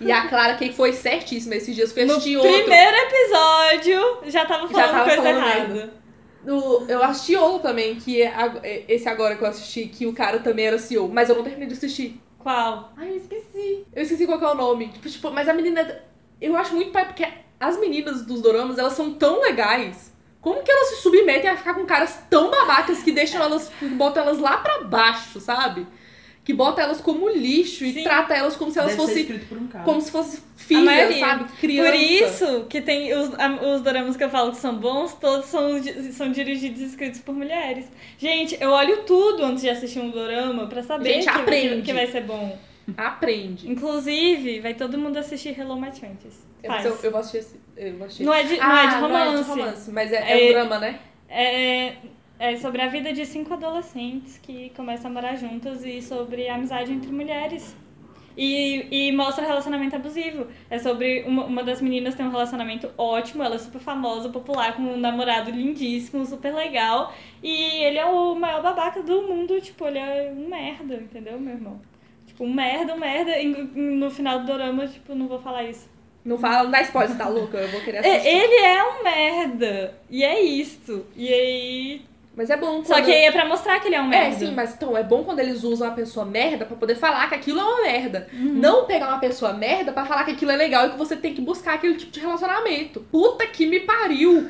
E a Clara, que foi certíssima esses dias, foi
no
assistir outro.
primeiro episódio, já tava falando
tava
coisa
falando
errada.
No- eu assisti outro também, que é ag- é esse agora que eu assisti, que o cara também era CEO. Mas eu não terminei de assistir.
Qual?
Ai, eu esqueci. Eu esqueci qual que é o nome. Tipo, tipo, mas a menina. Eu acho muito pai, porque as meninas dos doramas, elas são tão legais. Como que elas se submetem a ficar com caras tão babacas que deixam elas. que botam elas lá pra baixo, sabe? Que bota elas como lixo e
Sim.
trata elas como se elas
Deve ser
fossem.
escrito por um cara.
Como se fosse
A
filha,
maioria.
sabe? Criança.
Por isso que tem os, a- os doramas que eu falo que são bons, todos são, di- são dirigidos e escritos por mulheres. Gente, eu olho tudo antes de assistir um dorama pra saber
Gente,
que- que,
aprende.
que vai ser bom.
Aprende.
Inclusive, vai todo mundo assistir Hello My Twenties.
Eu,
Faz.
eu vou assistir. esse- Eu vou assistir.
Não é de, não é de
Ah,
romance.
não é de romance, mas é, é
É-
um drama, né?
É, é sobre a vida de cinco adolescentes que começam a morar juntas e sobre a amizade entre mulheres. E, e mostra relacionamento abusivo. É sobre uma, uma das meninas tem um relacionamento ótimo, ela é super famosa, popular, com um namorado lindíssimo, super legal. E ele é o maior babaca do mundo, tipo, ele é um merda, entendeu, meu irmão? Tipo, um merda, um merda. E no final do dorama, tipo, não vou falar isso.
Não fala, não dá spoiler, tá louca? Eu vou querer
É,
assistir.
ele é um merda. E é isto. E aí,
Mas é bom.
só
quando-
que aí é pra mostrar que ele é um merda.
É, sim, mas então é bom quando eles usam a pessoa merda pra poder falar que aquilo é uma merda.
Uhum.
Não pegar uma pessoa merda pra falar que aquilo é legal e que você tem que buscar aquele tipo de relacionamento. Puta que me pariu!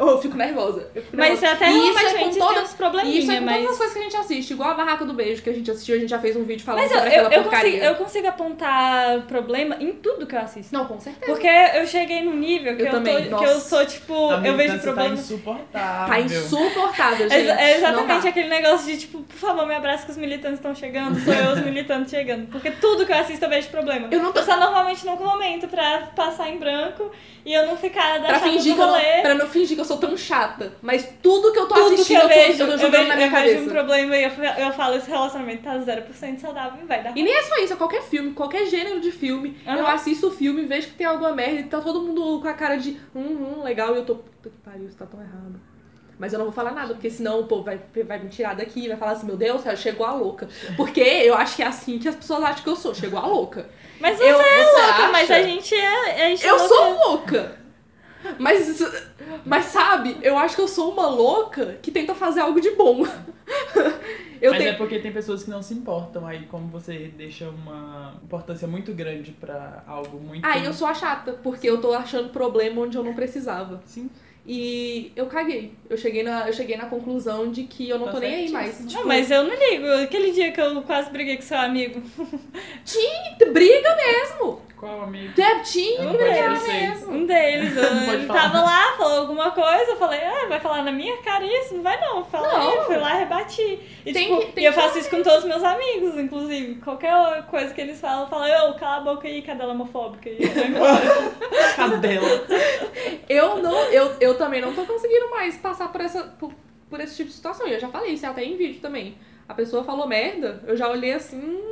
Oh, eu fico nervosa. Eu fico
Mas
nervosa.
até
E
isso
isso é
é
com
gente
toda-
tem uns
E isso é
probleminha,
com
mas...
todas as coisas que a gente assiste, igual a Barraca do Beijo que a gente assistiu, a gente já fez um vídeo falando
Mas eu,
sobre
eu,
aquela
eu,
porcaria.
consigo, eu consigo apontar problema em tudo que eu assisto.
Não, com certeza.
Porque eu cheguei num nível que
Eu
eu,
também,
tô, que eu
nossa.
sou, tipo,
A
eu vejo
militância Tá
problema.
insuportável.
Tá insuportável, gente.
Exa- É
Não
exatamente
dá.
aquele negócio de, tipo, por favor, me abraça que os militantes estão chegando, sou eu os militantes chegando. Porque tudo que eu assisto eu vejo problema.
Eu não tô-
só normalmente não comento pra passar em branco e eu não ficar da
Pra
chata
fingir,
do
que eu,
rolê.
não- pra não fingir que eu sou tão chata. Mas tudo que eu tô
tudo que
assistindo,
eu vejo,
eu tô, eu tô
eu
jogando
vejo,
na minha
eu
cabeça.
vejo um problema e eu, eu falo, esse relacionamento tá 0% saudável e vai dar
E nem é só isso, é qualquer filme, qualquer gênero de filme.
Aham.
Eu assisto o filme, vejo que tem alguma merda e tá todo mundo com a cara de hum, hum, legal, e eu tô. Puta que pariu, isso tá tão errado. Mas eu não vou falar nada, porque senão o povo vai, vai me tirar daqui e vai falar assim, meu Deus, do céu, chegou a louca. Porque eu acho que é assim que as pessoas acham que eu sou, chegou a louca.
Mas você
eu, você
é louca,
acha?
mas a gente é. A gente é
Eu
louca.
sou louca! Mas, mas sabe, eu acho que eu sou uma louca que tenta fazer algo de bom. Eu
Mas
tenho...
é porque tem pessoas que não se importam. Aí, como você deixa uma importância muito grande pra algo muito.
Aí eu sou a chata, porque eu tô achando problema onde eu não precisava.
Sim.
E eu caguei. Eu cheguei na, eu cheguei na conclusão de que eu não
Tá
tô nem aí mais. Tipo,
certíssima.
Não, mas eu não ligo. Aquele dia que eu quase briguei com seu amigo.
Tipo, briga mesmo!
Qual amigo?
É, tinha
Não
que
pode
brigar
parecer.
mesmo.
Um deles.
Não pode
ele
falar.
tava lá, falou alguma coisa, eu falei, ah, vai falar na minha cara isso? Não vai não. Fala
Não.
aí, fui lá, rebati. E
Tem
tipo,
que- tem
e eu
que
faço isso com todos os meus amigos, inclusive. Qualquer coisa que eles falam, eu falo, eu, cala a boca aí, cadela homofóbica. E eu vou embora.
Cadela.
Eu não, eu, eu também não tô conseguindo mais passar por essa por, por esse tipo de situação. E eu já falei isso até em vídeo também. A pessoa falou merda, eu já olhei assim. hum.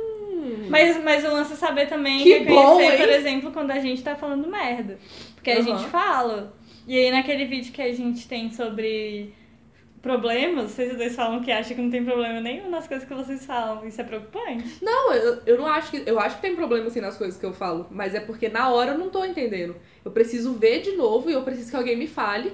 Mas, mas o lance é saber também
Que
reconhecer,
bom, hein?
por exemplo, quando a gente tá falando merda. Porque a
Aham.
gente fala. E aí naquele vídeo que a gente tem sobre problemas, vocês dois falam que acham que não tem problema nenhum nas coisas que vocês falam. Isso é preocupante.
Não, eu, eu não acho que. Eu acho que tem problema assim nas coisas que eu falo. Mas é porque na hora eu não tô entendendo. Eu preciso ver de novo e eu preciso que alguém me fale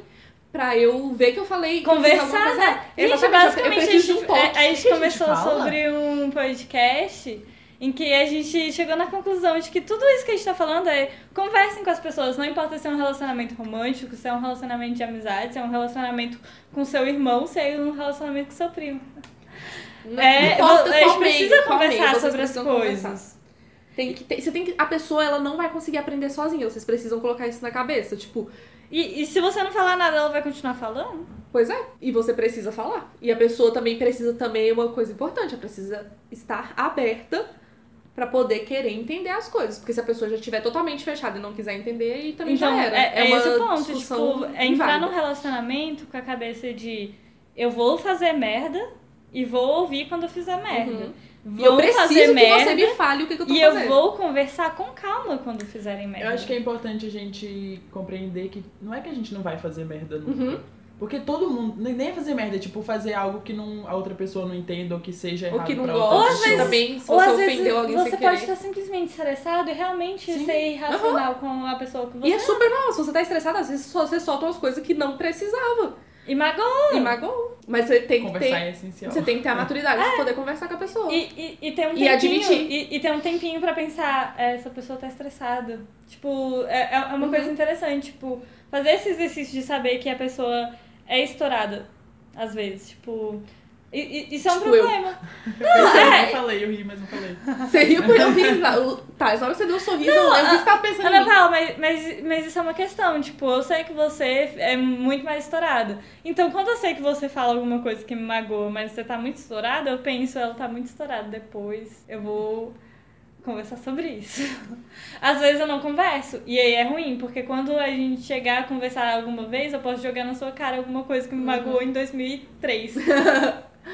pra eu ver que eu falei. que eu fiz alguma
Conversar,
coisa errada.
né? Gente,
Exatamente,
basicamente
eu
a
preciso de
gente, é,
um toque.
a,
que
a gente
a gente
começou
fala?
sobre um podcast em que a gente chegou na conclusão de que tudo isso que a gente tá falando é conversem com as pessoas, não importa se é um relacionamento romântico, se é um relacionamento de amizade, se é um relacionamento com seu irmão, se é um relacionamento com seu primo.
Não
É,
importa
a gente
qual meio,
precisa
qual meio,
conversar
vocês
sobre as
precisam
coisas.
conversar. Tem que, ter- você tem que, a pessoa ela não vai conseguir aprender sozinha, vocês precisam colocar isso na cabeça. Tipo,
E, e se você não falar nada, ela vai continuar falando?
pois é, e você precisa falar. E a pessoa também precisa, também é uma coisa importante, ela precisa estar aberta pra poder querer entender as coisas. Porque se a pessoa já estiver totalmente fechada e não quiser entender, aí também já era.
É, é
uma
esse o ponto.
discussão
Tipo, é entrar
inválida.
num relacionamento com a cabeça de eu vou fazer merda e vou ouvir quando eu fizer merda.
Uhum. E
Vou
eu preciso
fazer
que
merda
você me fale o que, que eu tô
e eu
fazendo.
vou conversar com calma quando fizerem merda.
Eu acho que é importante a gente compreender que não é que a gente não vai fazer merda nunca.
Uhum.
Porque todo mundo. nem- Nem é fazer merda, é tipo fazer algo que não, a outra pessoa não entenda ou que seja errado.
Ou que não
pra
gosta,
outra
Ou às
pessoa.
vezes-
também, se
Ou
você
às vezes
ofendeu alguém sem
você pode
querer.
estar simplesmente estressado e realmente
Sim.
ser irracional com a pessoa que você
E é super normal, se você tá estressado, às vezes só- você solta umas coisas que não precisava.
E magoa.
E magoou. Mas você tem que
Conversar
ter.
é essencial.
Você tem que ter a maturidade
É.
de poder conversar com a pessoa.
E, e, e ter um
E
tempinho,
admitir.
E, e ter um tempinho pra pensar, "É, essa pessoa tá estressada. Tipo, é, é uma
Uhum.
coisa interessante, tipo, fazer esse exercício de saber que a pessoa é estourada, às vezes, tipo. e- e- isso é um
Tipo eu.
problema.
Eu sei,
é.
eu não falei, eu ri, mas não falei.
Você riu por eu vi. lá, o- Tá, na hora que você deu um sorriso, eu- eu vi que você tava pensando
Ana
em mim.
Paula, mas, mas, mas isso é uma questão, tipo, eu sei que você é muito mais estourada. Então, quando eu sei que você fala alguma coisa que me magoa, mas você tá muito estourada, eu penso, ela tá muito estourada depois. Eu vou conversar sobre isso. Às vezes eu não converso, e aí é ruim, porque quando a gente chegar a conversar alguma vez, eu posso jogar na sua cara alguma coisa que me magoou em 2003.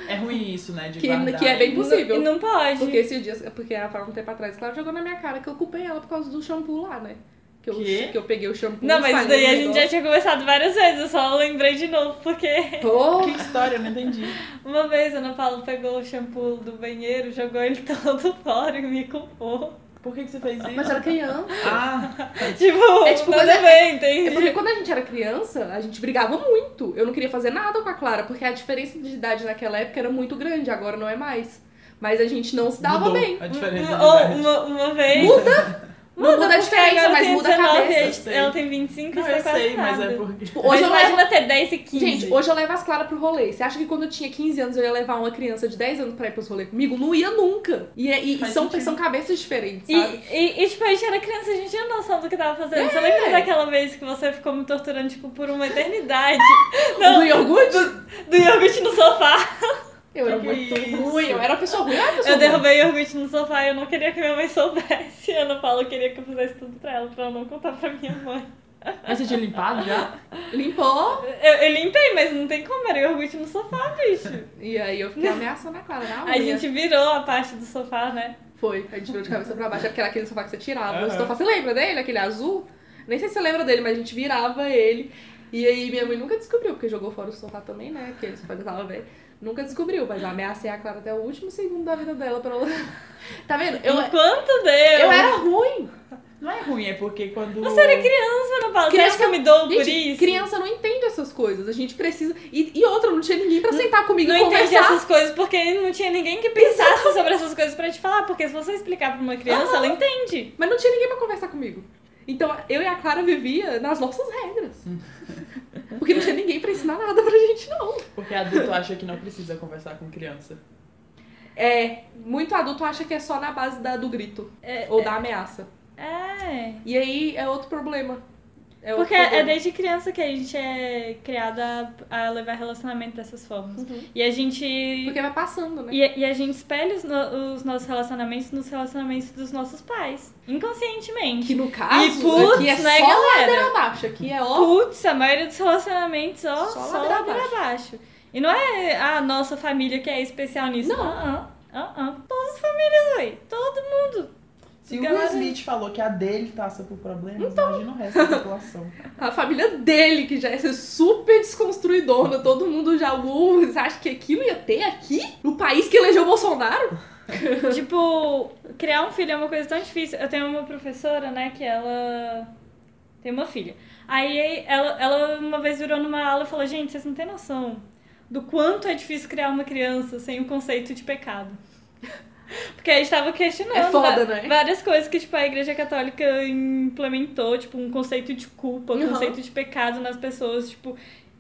É ruim isso, né? De
Que-
guardar
que é bem
e-
possível. Impossível.
E não pode.
Porque esse dia, porque ela falou um tempo atrás que ela jogou na minha cara que eu culpei ela por causa do shampoo lá, né? Que eu,
Quê?
que eu peguei o shampoo.
Não, mas isso
espalhei
daí a
o
gente já tinha conversado várias vezes, eu só lembrei de novo, porque
negócio. Pô,
Que história, eu não entendi.
Uma vez a Ana Paula pegou o shampoo do banheiro, jogou ele todo fora e me culpou.
Por que, que você fez isso?
mas eu era criança.
Ah,
Tipo,
É tipo
nada
coisa-
bem,
É
entende?
porque quando a gente era criança, a gente brigava muito. Eu não queria fazer nada com a Clara, porque a diferença de idade naquela época era muito grande, agora não é mais. Mas a gente não se dava
mudou
bem.
A diferença de
Ou
idade.
uma, uma
um,
vez.
Muda! Não muda a
porque
diferença,
agora
mas
tem
muda a
19
cabeça.
e
Eu sei.
Ela tem
Não,
25 e
eu
você quase
sei, mas
nada.
é porque.
Tipo,
Mas
hoje eu levo...
imagina ter 10 e 15.
Gente, hoje eu levo as Clara pro rolê. Você acha que quando eu tinha 15 anos eu ia levar uma criança de 10 anos pra ir pros rolês comigo? Não ia nunca. E, é- e- e
Faz
são,
sentido.
são cabeças diferentes,
E,
sabe?
e, e, tipo, a gente era criança, a gente tinha noção do que tava fazendo. Você
É.
lembra daquela vez que você ficou me torturando, tipo, por uma eternidade? Não,
Do iogurte?
do iogurte no sofá.
Eu era
Que é
muito
isso?
ruim. Eu era uma pessoa ruim, eu era uma pessoa
Eu
ruim.
derrubei iogurte no sofá e eu não queria que minha mãe soubesse. A Ana Paula queria que eu fizesse tudo pra ela, pra ela não contar pra minha mãe.
Mas você tinha limpado já?
Limpou.
Eu, eu limpei, mas não tem como, era iogurte no sofá, bicho.
E aí eu fiquei ameaçando a Clara na unha.
A gente virou a parte do sofá, né?
Foi, a gente virou de cabeça pra baixo, é porque era aquele sofá que você tirava.
Aham.
O sofá, você lembra dele? Aquele azul? Nem sei se você lembra dele, mas a gente virava ele. E aí minha mãe nunca descobriu, porque jogou fora o sofá também, né? Porque ele sofá já tava velho. Nunca descobriu, mas eu ameacei a Clara até o último segundo da vida dela pra ela. Tá vendo? Eu,
Enquanto deu.
eu era ruim.
Não é ruim, é porque quando.
Você era criança, Ana
Criança-
Paula. Criança... Você acha que eu me dou por
Gente,
isso?
criança não entende essas coisas. A gente precisa. E, e outra, não tinha ninguém pra sentar comigo
Não
e
entendi
conversar.
essas coisas porque não tinha ninguém que pensasse sobre essas coisas pra te falar. Porque se você explicar pra uma criança, ela entende.
Mas não tinha ninguém pra conversar comigo. Então eu e a Clara vivia nas nossas regras. Porque não tinha ninguém pra ensinar nada pra gente, não.
Porque adulto acha que não precisa conversar com criança.
É, muito adulto acha que é só na base da, do grito
É.
ou da ameaça.
é.
E aí é outro problema. É outro
Porque é
problema.
desde criança que a gente é criada a a levar relacionamento dessas formas.
Uhum.
E a gente.
Porque vai passando, né?
E, e a gente espelha os, no- os nossos relacionamentos nos relacionamentos dos nossos pais. Inconscientemente.
Que no caso,
e putz,
aqui é
né,
só
galera?
ladeira abaixo, aqui é ó.
Putz, a maioria dos relacionamentos, ó,
Só
só,
ladeira
ladeira abaixo. E não é a nossa família que é especial nisso.
Não.
Ah, ah, ah, ah. Todas as famílias, ué. Todo mundo.
Se o Will
né?
Galera-
Smith falou que a dele passa por problemas,
Então.
imagina o resto da população.
A família dele, que já ia ser super desconstruidona, todo mundo já. "Uh, Você acha que aquilo ia ter aqui? No país que elegeu o Bolsonaro?
tipo, criar um filho é uma coisa tão difícil. Eu tenho uma professora, né, que ela tem uma filha. Aí ela, ela uma vez virou numa aula e falou: Gente, vocês não têm noção do quanto é difícil criar uma criança sem o conceito de pecado. Porque aí estava questionando
É foda,
va-
né?
várias coisas que tipo, a Igreja Católica implementou, tipo, um conceito de culpa, um
Uhum.
conceito de pecado nas pessoas, tipo.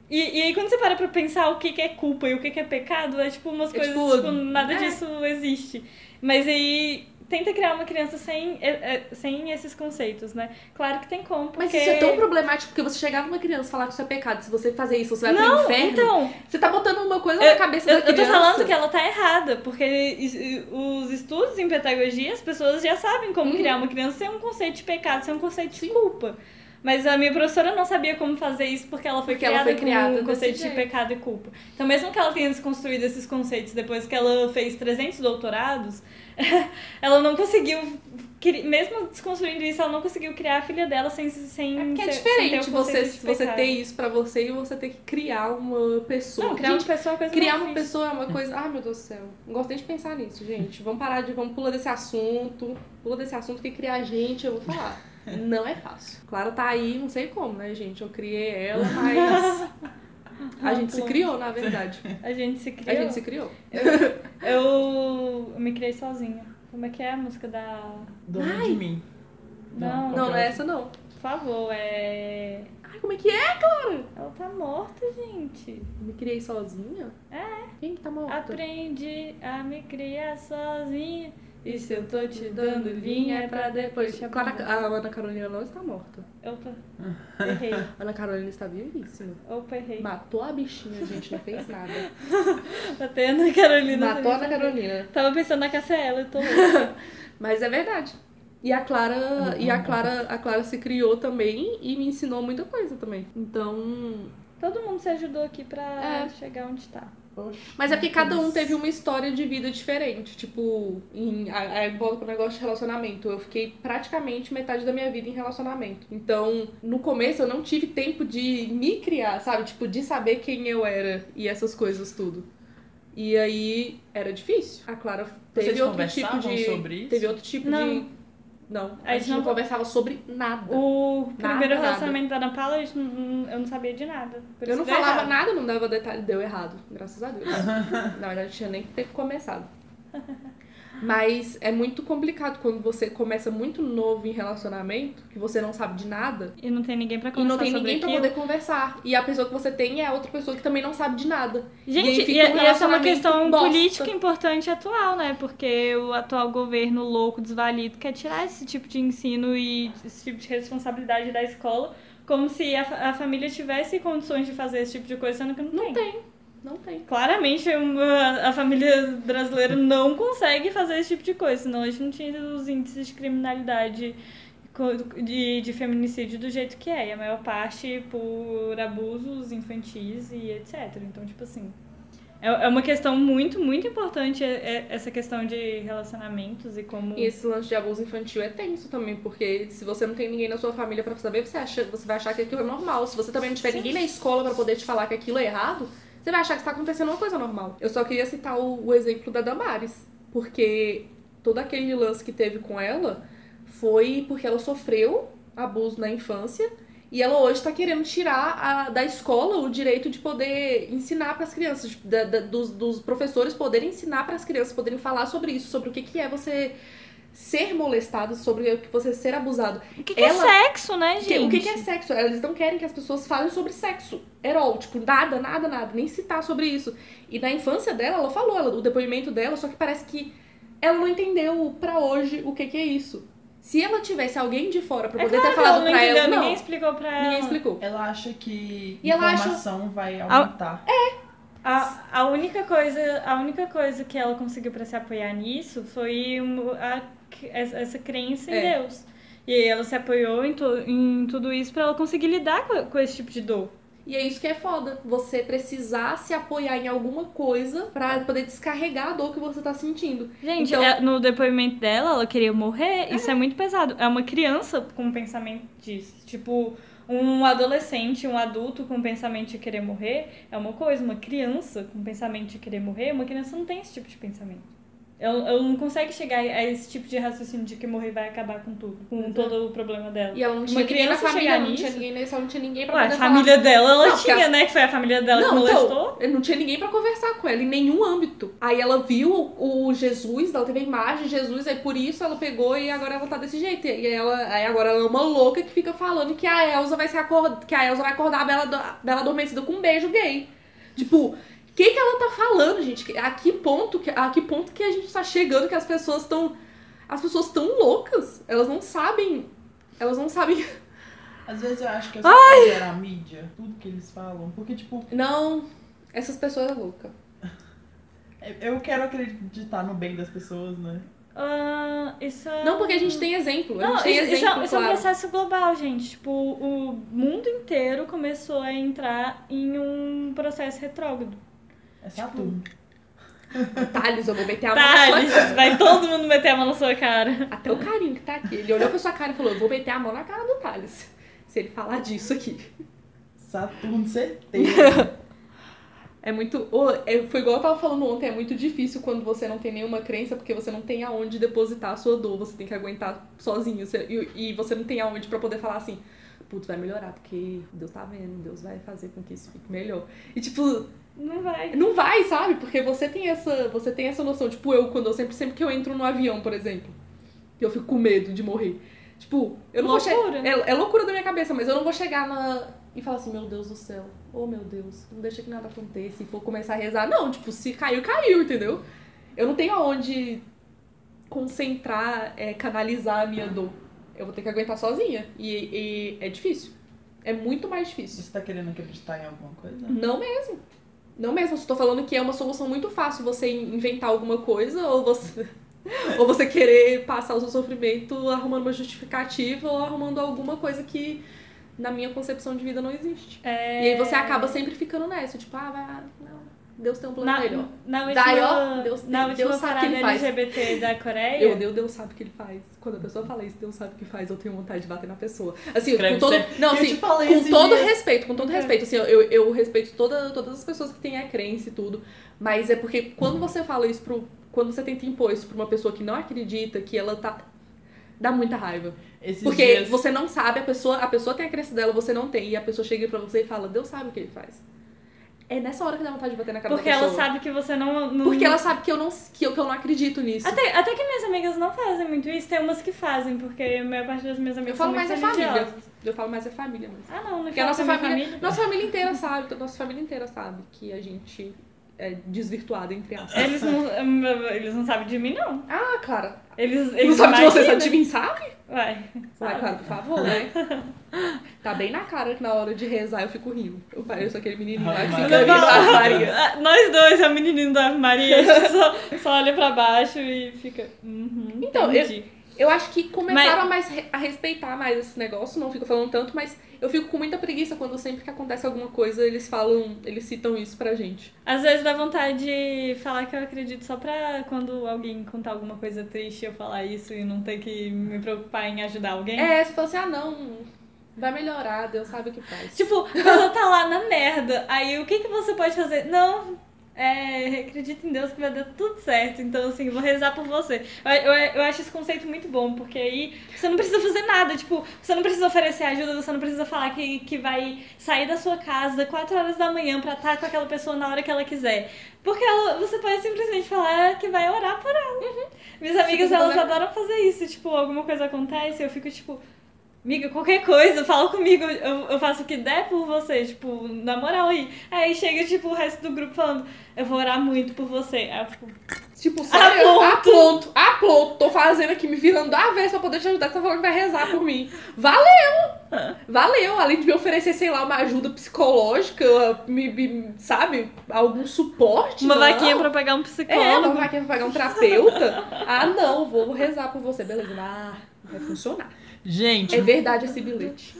E, e aí quando você para pra pensar o que, que é culpa e o que, que é pecado, é tipo umas
É,
coisas,
tipo,
tipo, nada
é.
disso existe. Mas aí tenta criar uma criança sem, é, é, sem esses conceitos, né? Claro que tem como, porque...
Mas isso é tão problemático porque você chegar numa criança e falar que isso é pecado. Se você fazer isso, você vai pro inferno.
Então,
Você tá botando uma coisa
Eu-
na cabeça
Eu,
da
eu tô
criança.
falando que ela tá errada, porque is- os estudos em pedagogia, as pessoas já sabem como
Uhum.
criar uma criança sem um conceito de pecado, sem um conceito
Sim.
de culpa. Mas a minha professora não sabia como fazer isso porque ela foi
Porque ela
criada,
foi criada
com
desse
o conceito de
jeito.
pecado e culpa. Então, mesmo que ela tenha desconstruído esses conceitos depois que ela fez 300 doutorados, ela não conseguiu, cri- mesmo desconstruindo isso, ela não conseguiu criar a filha dela sem sem
É porque é
sem- sem ter o
diferente você,
conceito de
você
pecado.
ter isso pra você e você ter que criar uma pessoa.
Não, criar
Gente,
uma pessoa é uma coisa
Criar
mais
uma
difícil.
pessoa é uma coisa. Ai, meu Deus do céu. Não gostei de pensar nisso, gente. Vamos parar de. Vamos pular desse assunto. Pula desse assunto que criar gente, eu vou falar. Não é fácil. Clara tá aí, não sei como, né, gente? Eu criei ela, mas. A gente se criou, na verdade.
A gente se
A
criou.
gente se criou.
Eu eu me criei sozinha. Como é que é a música da.
Dona de mim.
Não.
Não, não é essa, não.
Por favor, é.
Ai, como é que é?
Ela tá morta, gente.
Eu me criei sozinha? É. Quem que tá morta?
Aprendi a me criar sozinha. E se eu tô te dando linha é pra depois te
Clara,
abandonar.
a Ana Carolina não está morta.
Opa, errei.
Ana Carolina está vivíssima.
Opa, errei.
Matou a bichinha, gente, não fez nada.
Até Tá a Ana Carolina.
Matou a
também.
Ana Carolina.
Tava pensando na Cassiela, eu tô louca.
Mas é verdade. E a Clara, e a Clara, a Clara se criou também e me ensinou muita coisa também. Então,
Todo mundo se ajudou aqui pra
É.
chegar onde tá.
Poxa,
mas é porque cada um teve uma história de vida diferente, tipo, em a- aí volta pro negócio de relacionamento. Eu fiquei praticamente metade da minha vida em relacionamento. Então, no começo eu não tive tempo de me criar, sabe? Tipo, de saber quem eu era e essas coisas tudo. E aí era difícil. A Clara teve
Vocês
outro tipo
conversavam
de
sobre isso?
teve outro tipo de
Não.
não, Tipo, a,
A
gente
gente
não
não-
conversava sobre nada.
O
Nada,
primeiro
nada.
relacionamento da Ana Paula, a gente não- eu não sabia de nada. Por
Eu
isso
não
deu
falava
errado.
nada, não dava detalhe, deu errado, graças a Deus. Na verdade, tinha nem que ter começado. Mas é muito complicado quando você começa muito novo em relacionamento, que você não sabe de nada,
E não tem ninguém pra
e
conversar
não tem
sobre
ninguém pra
aquilo.
poder conversar. E a pessoa que você tem é a outra pessoa que também não sabe de nada. E
Gente,
aí
e,
fica um
e essa é uma
relacionamento
questão
bosta.
política importante e atual, né? Porque o atual governo louco, desvalido, quer tirar esse tipo de ensino e esse tipo de responsabilidade da escola, como se a, fa- a família tivesse condições de fazer esse tipo de coisa, sendo que não,
Não
tem.
tem, não tem.
Claramente uma- a família brasileira não consegue fazer esse tipo de coisa, senão a gente não tinha os índices de criminalidade co- de, de feminicídio do jeito que é, e a maior parte por abusos infantis e etc. Então, tipo assim, é, é uma questão muito, muito importante é- é essa questão de relacionamentos e como...
E esse lance de abuso infantil é tenso também, porque se você não tem ninguém na sua família pra saber, você, acha, você vai achar que aquilo é normal. Se você também não tiver
Sim.
ninguém na escola pra poder te falar que aquilo é errado, você vai achar que está acontecendo uma coisa normal. Eu só queria citar o, o exemplo da Damares, porque todo aquele lance que teve com ela foi porque ela sofreu abuso na infância e ela hoje tá querendo tirar a- da escola o direito de poder ensinar pras crianças, tipo, da- da- dos, dos professores poderem ensinar pras crianças, poderem falar sobre isso, sobre o que, que é você ser molestado, sobre o que você ser abusado.
O que, que
ela-
é sexo, né,
Porque
gente?
o que, que é sexo? Eles não querem que as pessoas falem sobre sexo. Erol, tipo, nada, nada, nada, nem citar sobre isso. E na infância dela, ela falou ela- o depoimento dela, só que parece que ela não entendeu pra hoje o que, que é isso. Se ela tivesse alguém de fora pra
É
poder ter
claro que
falado
ela não
pra
entendeu,
ela, não,
ninguém explicou pra ela.
ninguém explicou.
Ela acha que
E ela acha-
informação vai aumentar.
A, a única coisa, a única coisa que ela conseguiu pra se apoiar nisso foi um- a- essa essa crença em
É.
Deus. E aí ela se apoiou em, tu- em tudo isso pra ela conseguir lidar com, com esse tipo de dor.
E é isso que é foda. Você precisar se apoiar em alguma coisa pra poder descarregar a dor que você tá sentindo.
Gente,
Então-
é- no depoimento dela, ela queria morrer. Isso é muito pesado. É uma criança com um pensamento disso. Tipo, um adolescente, um adulto com um pensamento de querer morrer é uma coisa. Uma criança com um pensamento de querer morrer, uma criança não tem esse tipo de pensamento. Ela ela não consegue chegar a esse tipo de raciocínio de que morrer vai acabar com tudo, com todo o problema dela.
E ela não
Uma
tinha ninguém na
criança
família,
chegar
não
nisso?
tinha ninguém nesse, não tinha ninguém pra
Ué, a
poder
família dela, ela
Não, porque
tinha,
as-
né? Que foi a família dela que
Não,
molestou.
então, eu não tinha ninguém pra conversar com ela em nenhum âmbito. Aí ela viu o, o Jesus, ela teve a imagem de Jesus, aí por isso ela pegou e agora ela tá desse jeito. E ela, aí agora ela é uma louca que fica falando que a Elsa vai se acordar, que a Elsa vai acordar a Bela, do- a Bela adormecida com um beijo gay. Tipo, o que que ela tá falando, gente? A que ponto que a que ponto que a gente tá chegando que as pessoas estão as pessoas tão loucas? Elas não sabem, elas não sabem.
Às vezes eu acho que eu só quero a mídia, tudo que eles falam. Porque, tipo,
Não, essas pessoas é louca.
eu quero acreditar no bem das pessoas, né?
Ah, isso é-
Não, porque a gente tem exemplo. A gente
Não,
tem
isso, isso
exemplo,
é, isso é um
claro.
processo global, gente. Tipo, o mundo inteiro começou a entrar em um processo retrógrado.
Tipo,
É Saturno.
Thales, eu vou meter a mão na sua
Thales, vai todo mundo meter a mão na sua cara.
Até o carinho que tá aqui. Ele olhou pra sua cara e falou: Eu vou meter a mão na cara do Thales. Se ele falar disso aqui.
Saturno, certeza.
É muito. ô, é- foi igual eu tava falando ontem, é muito difícil quando você não tem nenhuma crença, porque você não tem aonde depositar a sua dor, você tem que aguentar sozinho. você- e, e você não tem aonde pra poder falar assim, putz, vai melhorar, porque Deus tá vendo, Deus vai fazer com que isso fique melhor. E tipo,
Não vai.
Não vai, sabe? Porque você tem essa, você tem essa noção, tipo, eu quando eu sempre sempre que eu entro no avião, por exemplo, que eu fico com medo de morrer. Tipo, eu não vou
Loucura.
chegar é, é loucura da minha cabeça, mas eu não vou chegar na e falar assim, meu Deus do céu. Oh, meu Deus, não deixa que nada aconteça e vou começar a rezar. Não, tipo, se caiu, caiu, entendeu? Eu não tenho aonde concentrar, é, canalizar a minha dor. Eu vou ter que aguentar sozinha. E, e é difícil. É muito mais difícil.
Você tá querendo acreditar em alguma coisa?
Não mesmo. Não mesmo. Estou falando que é uma solução muito fácil você inventar alguma coisa ou você. ou você querer passar o seu sofrimento arrumando uma justificativa ou arrumando alguma coisa que na minha concepção de vida não existe. E aí você acaba sempre ficando nessa, tipo, ah, vai, não, Deus tem um plano
Na,
melhor.
na última,
Daí, ó, Deus-
na última
Deus sabe o que
parada
ele faz.
LGBT da Coreia,
Eu odeio, Deus sabe o que ele faz. Quando a pessoa fala isso, Deus sabe o que faz, eu tenho vontade de bater na pessoa. Assim,
Escreve
com todo.
certo.
Não,
eu
assim,
te falei
Com
esses
todo
dias.
respeito, com todo
É.
respeito. Assim, eu, eu respeito toda, todas as pessoas que têm a crença e tudo. Mas é porque
Uhum.
quando você fala isso pro. Quando você tenta impor isso pra uma pessoa que não acredita, que ela tá. Dá muita raiva.
Esses
Porque
dias-
você não sabe, a pessoa, a pessoa tem a crença dela, você não tem. E a pessoa chega pra você e fala, Deus sabe o que ele faz. É nessa hora que dá vontade de bater na cara
porque
da
ela
pessoa.
sabe que você não... não
Porque ela sabe que eu não, que eu, que eu não acredito nisso.
Até, até que minhas amigas não fazem muito isso, tem umas que fazem, porque a maior parte das minhas amigas
Eu falo
são
mais é
muito
família.
religiosas.
Eu falo mais é família, mas.
Ah, não, não
Porque a nossa
minha
família, nossa família inteira sabe, nossa família inteira sabe que a gente é desvirtuada, entre aspas.
Eles não, eles não sabem de mim, não.
Ah, cara.
Eles, eles
Não sabe de você,
imaginam.
sabe de mim, sabe?
Vai.
Vai, claro, por favor, né? Tá bem na cara que na hora de rezar eu fico rindo. Eu pareço aquele menininho lá que
Ave
fica rindo
Maria.
da Maria.
Ah, Nós dois, a menininha da Ave Maria, a gente só, só olha pra baixo e fica. Uhum,
Então,
entendi.
Eu acho que começaram a, mais re- a respeitar mais esse negócio, não fico falando tanto, mas eu fico com muita preguiça quando sempre que acontece alguma coisa, eles falam, eles citam isso pra gente.
Às vezes dá vontade de falar que eu acredito só pra quando alguém contar alguma coisa triste eu falar isso e não ter que me preocupar em ajudar alguém.
É, você fala assim, ah não, vai melhorar, Deus sabe o que faz.
Tipo, a pessoa tá lá na merda, aí o que, que você pode fazer? Não, é, acredita em Deus que vai dar tudo certo, então assim, vou rezar por você. Eu, eu, eu acho esse conceito muito bom, porque aí você não precisa fazer nada, tipo, você não precisa oferecer ajuda, você não precisa falar que, que vai sair da sua casa 4 horas da manhã pra estar com aquela pessoa na hora que ela quiser. Porque ela- você pode simplesmente falar que vai orar por ela. Minhas amigas,
Tipo,
elas
né?
adoram fazer isso, tipo, alguma coisa acontece, eu fico tipo. Amiga, qualquer coisa, fala comigo, eu, eu faço o que der por você, tipo, na moral aí. Aí chega, tipo, o resto do grupo falando, eu vou orar muito por você. Aí eu fico,
Tipo, sério,
ponto.
eu aponto, aponto, tô fazendo aqui, me virando a vez pra poder te ajudar, você tá falando que vai rezar por mim. Valeu!
Ah.
Valeu! Além de me oferecer, sei lá, uma ajuda psicológica, me, me- sabe, algum suporte.
uma
não.
vaquinha pra pagar um
É,
psicólogo.
uma vaquinha pra pagar um terapeuta. ah, não, vou rezar por você, beleza. Ah, Vai funcionar.
Gente,
É verdade esse bilhete.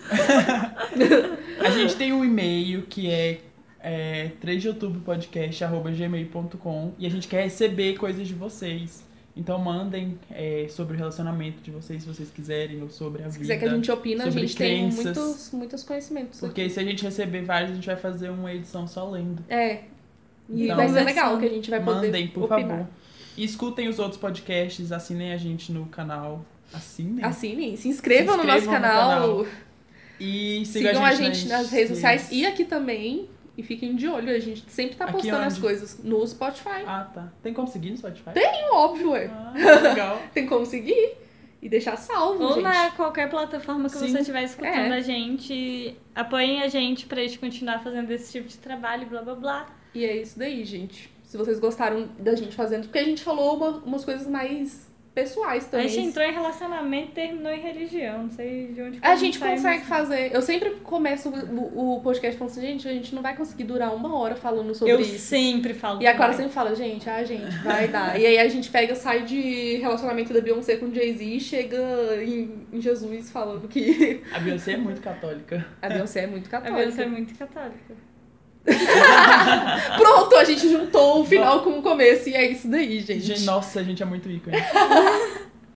A gente tem um e-mail que é, é 3 de outubro podcast, arroba gmail.com e a gente quer receber coisas de vocês. Então mandem é, sobre o relacionamento de vocês, se vocês quiserem, ou sobre a
Se
vida.
quiser que a gente opina, a
sobre
gente tem
crenças.
muitos, muitos conhecimentos.
Porque se a gente receber vários, a gente vai fazer uma edição só lendo.
É. E
Então,
vai ser legal que a gente vai poder
mandem, por
opinar.
favor. E escutem os outros podcasts, assinem a gente no canal. Assinem?
Assinem, Assim, se inscrevam,
Se
no nosso
inscrevam no
canal,
E sigam,
sigam a gente nas redes sociais e aqui também. E fiquem de olho, a gente sempre tá
Aqui
postando as
onde?
coisas no Spotify.
Ah, tá. Tem como seguir no Spotify?
É óbvio, é.
Ah, legal.
Tem como seguir e deixar salvo,
Ou
gente.
na qualquer plataforma que
Sim.
você estiver escutando
É.
a gente. Apoiem a gente pra gente continuar fazendo esse tipo de trabalho, blá blá blá.
E é isso daí, gente. Se vocês gostaram da gente fazendo, porque a gente falou uma- umas coisas mais pessoais também.
a gente entrou em relacionamento e terminou em religião. Não sei de onde
A gente
saiu,
consegue
mas-
fazer. Eu sempre começo o, o podcast falando assim, gente, a gente não vai conseguir durar uma hora falando sobre
Eu
isso.
sempre falo.
E a Clara
também.
sempre fala, gente, ah, gente, vai dar. e aí a gente pega, sai de relacionamento da Beyoncé com Jay-Z e chega em, em Jesus falando que
A Beyoncé é muito católica.
a Beyoncé é muito
A Beyoncé é
católica.
muito católica.
Pronto, a gente juntou o final com o começo e é isso daí, gente.
Gente, nossa, a gente é muito ícone.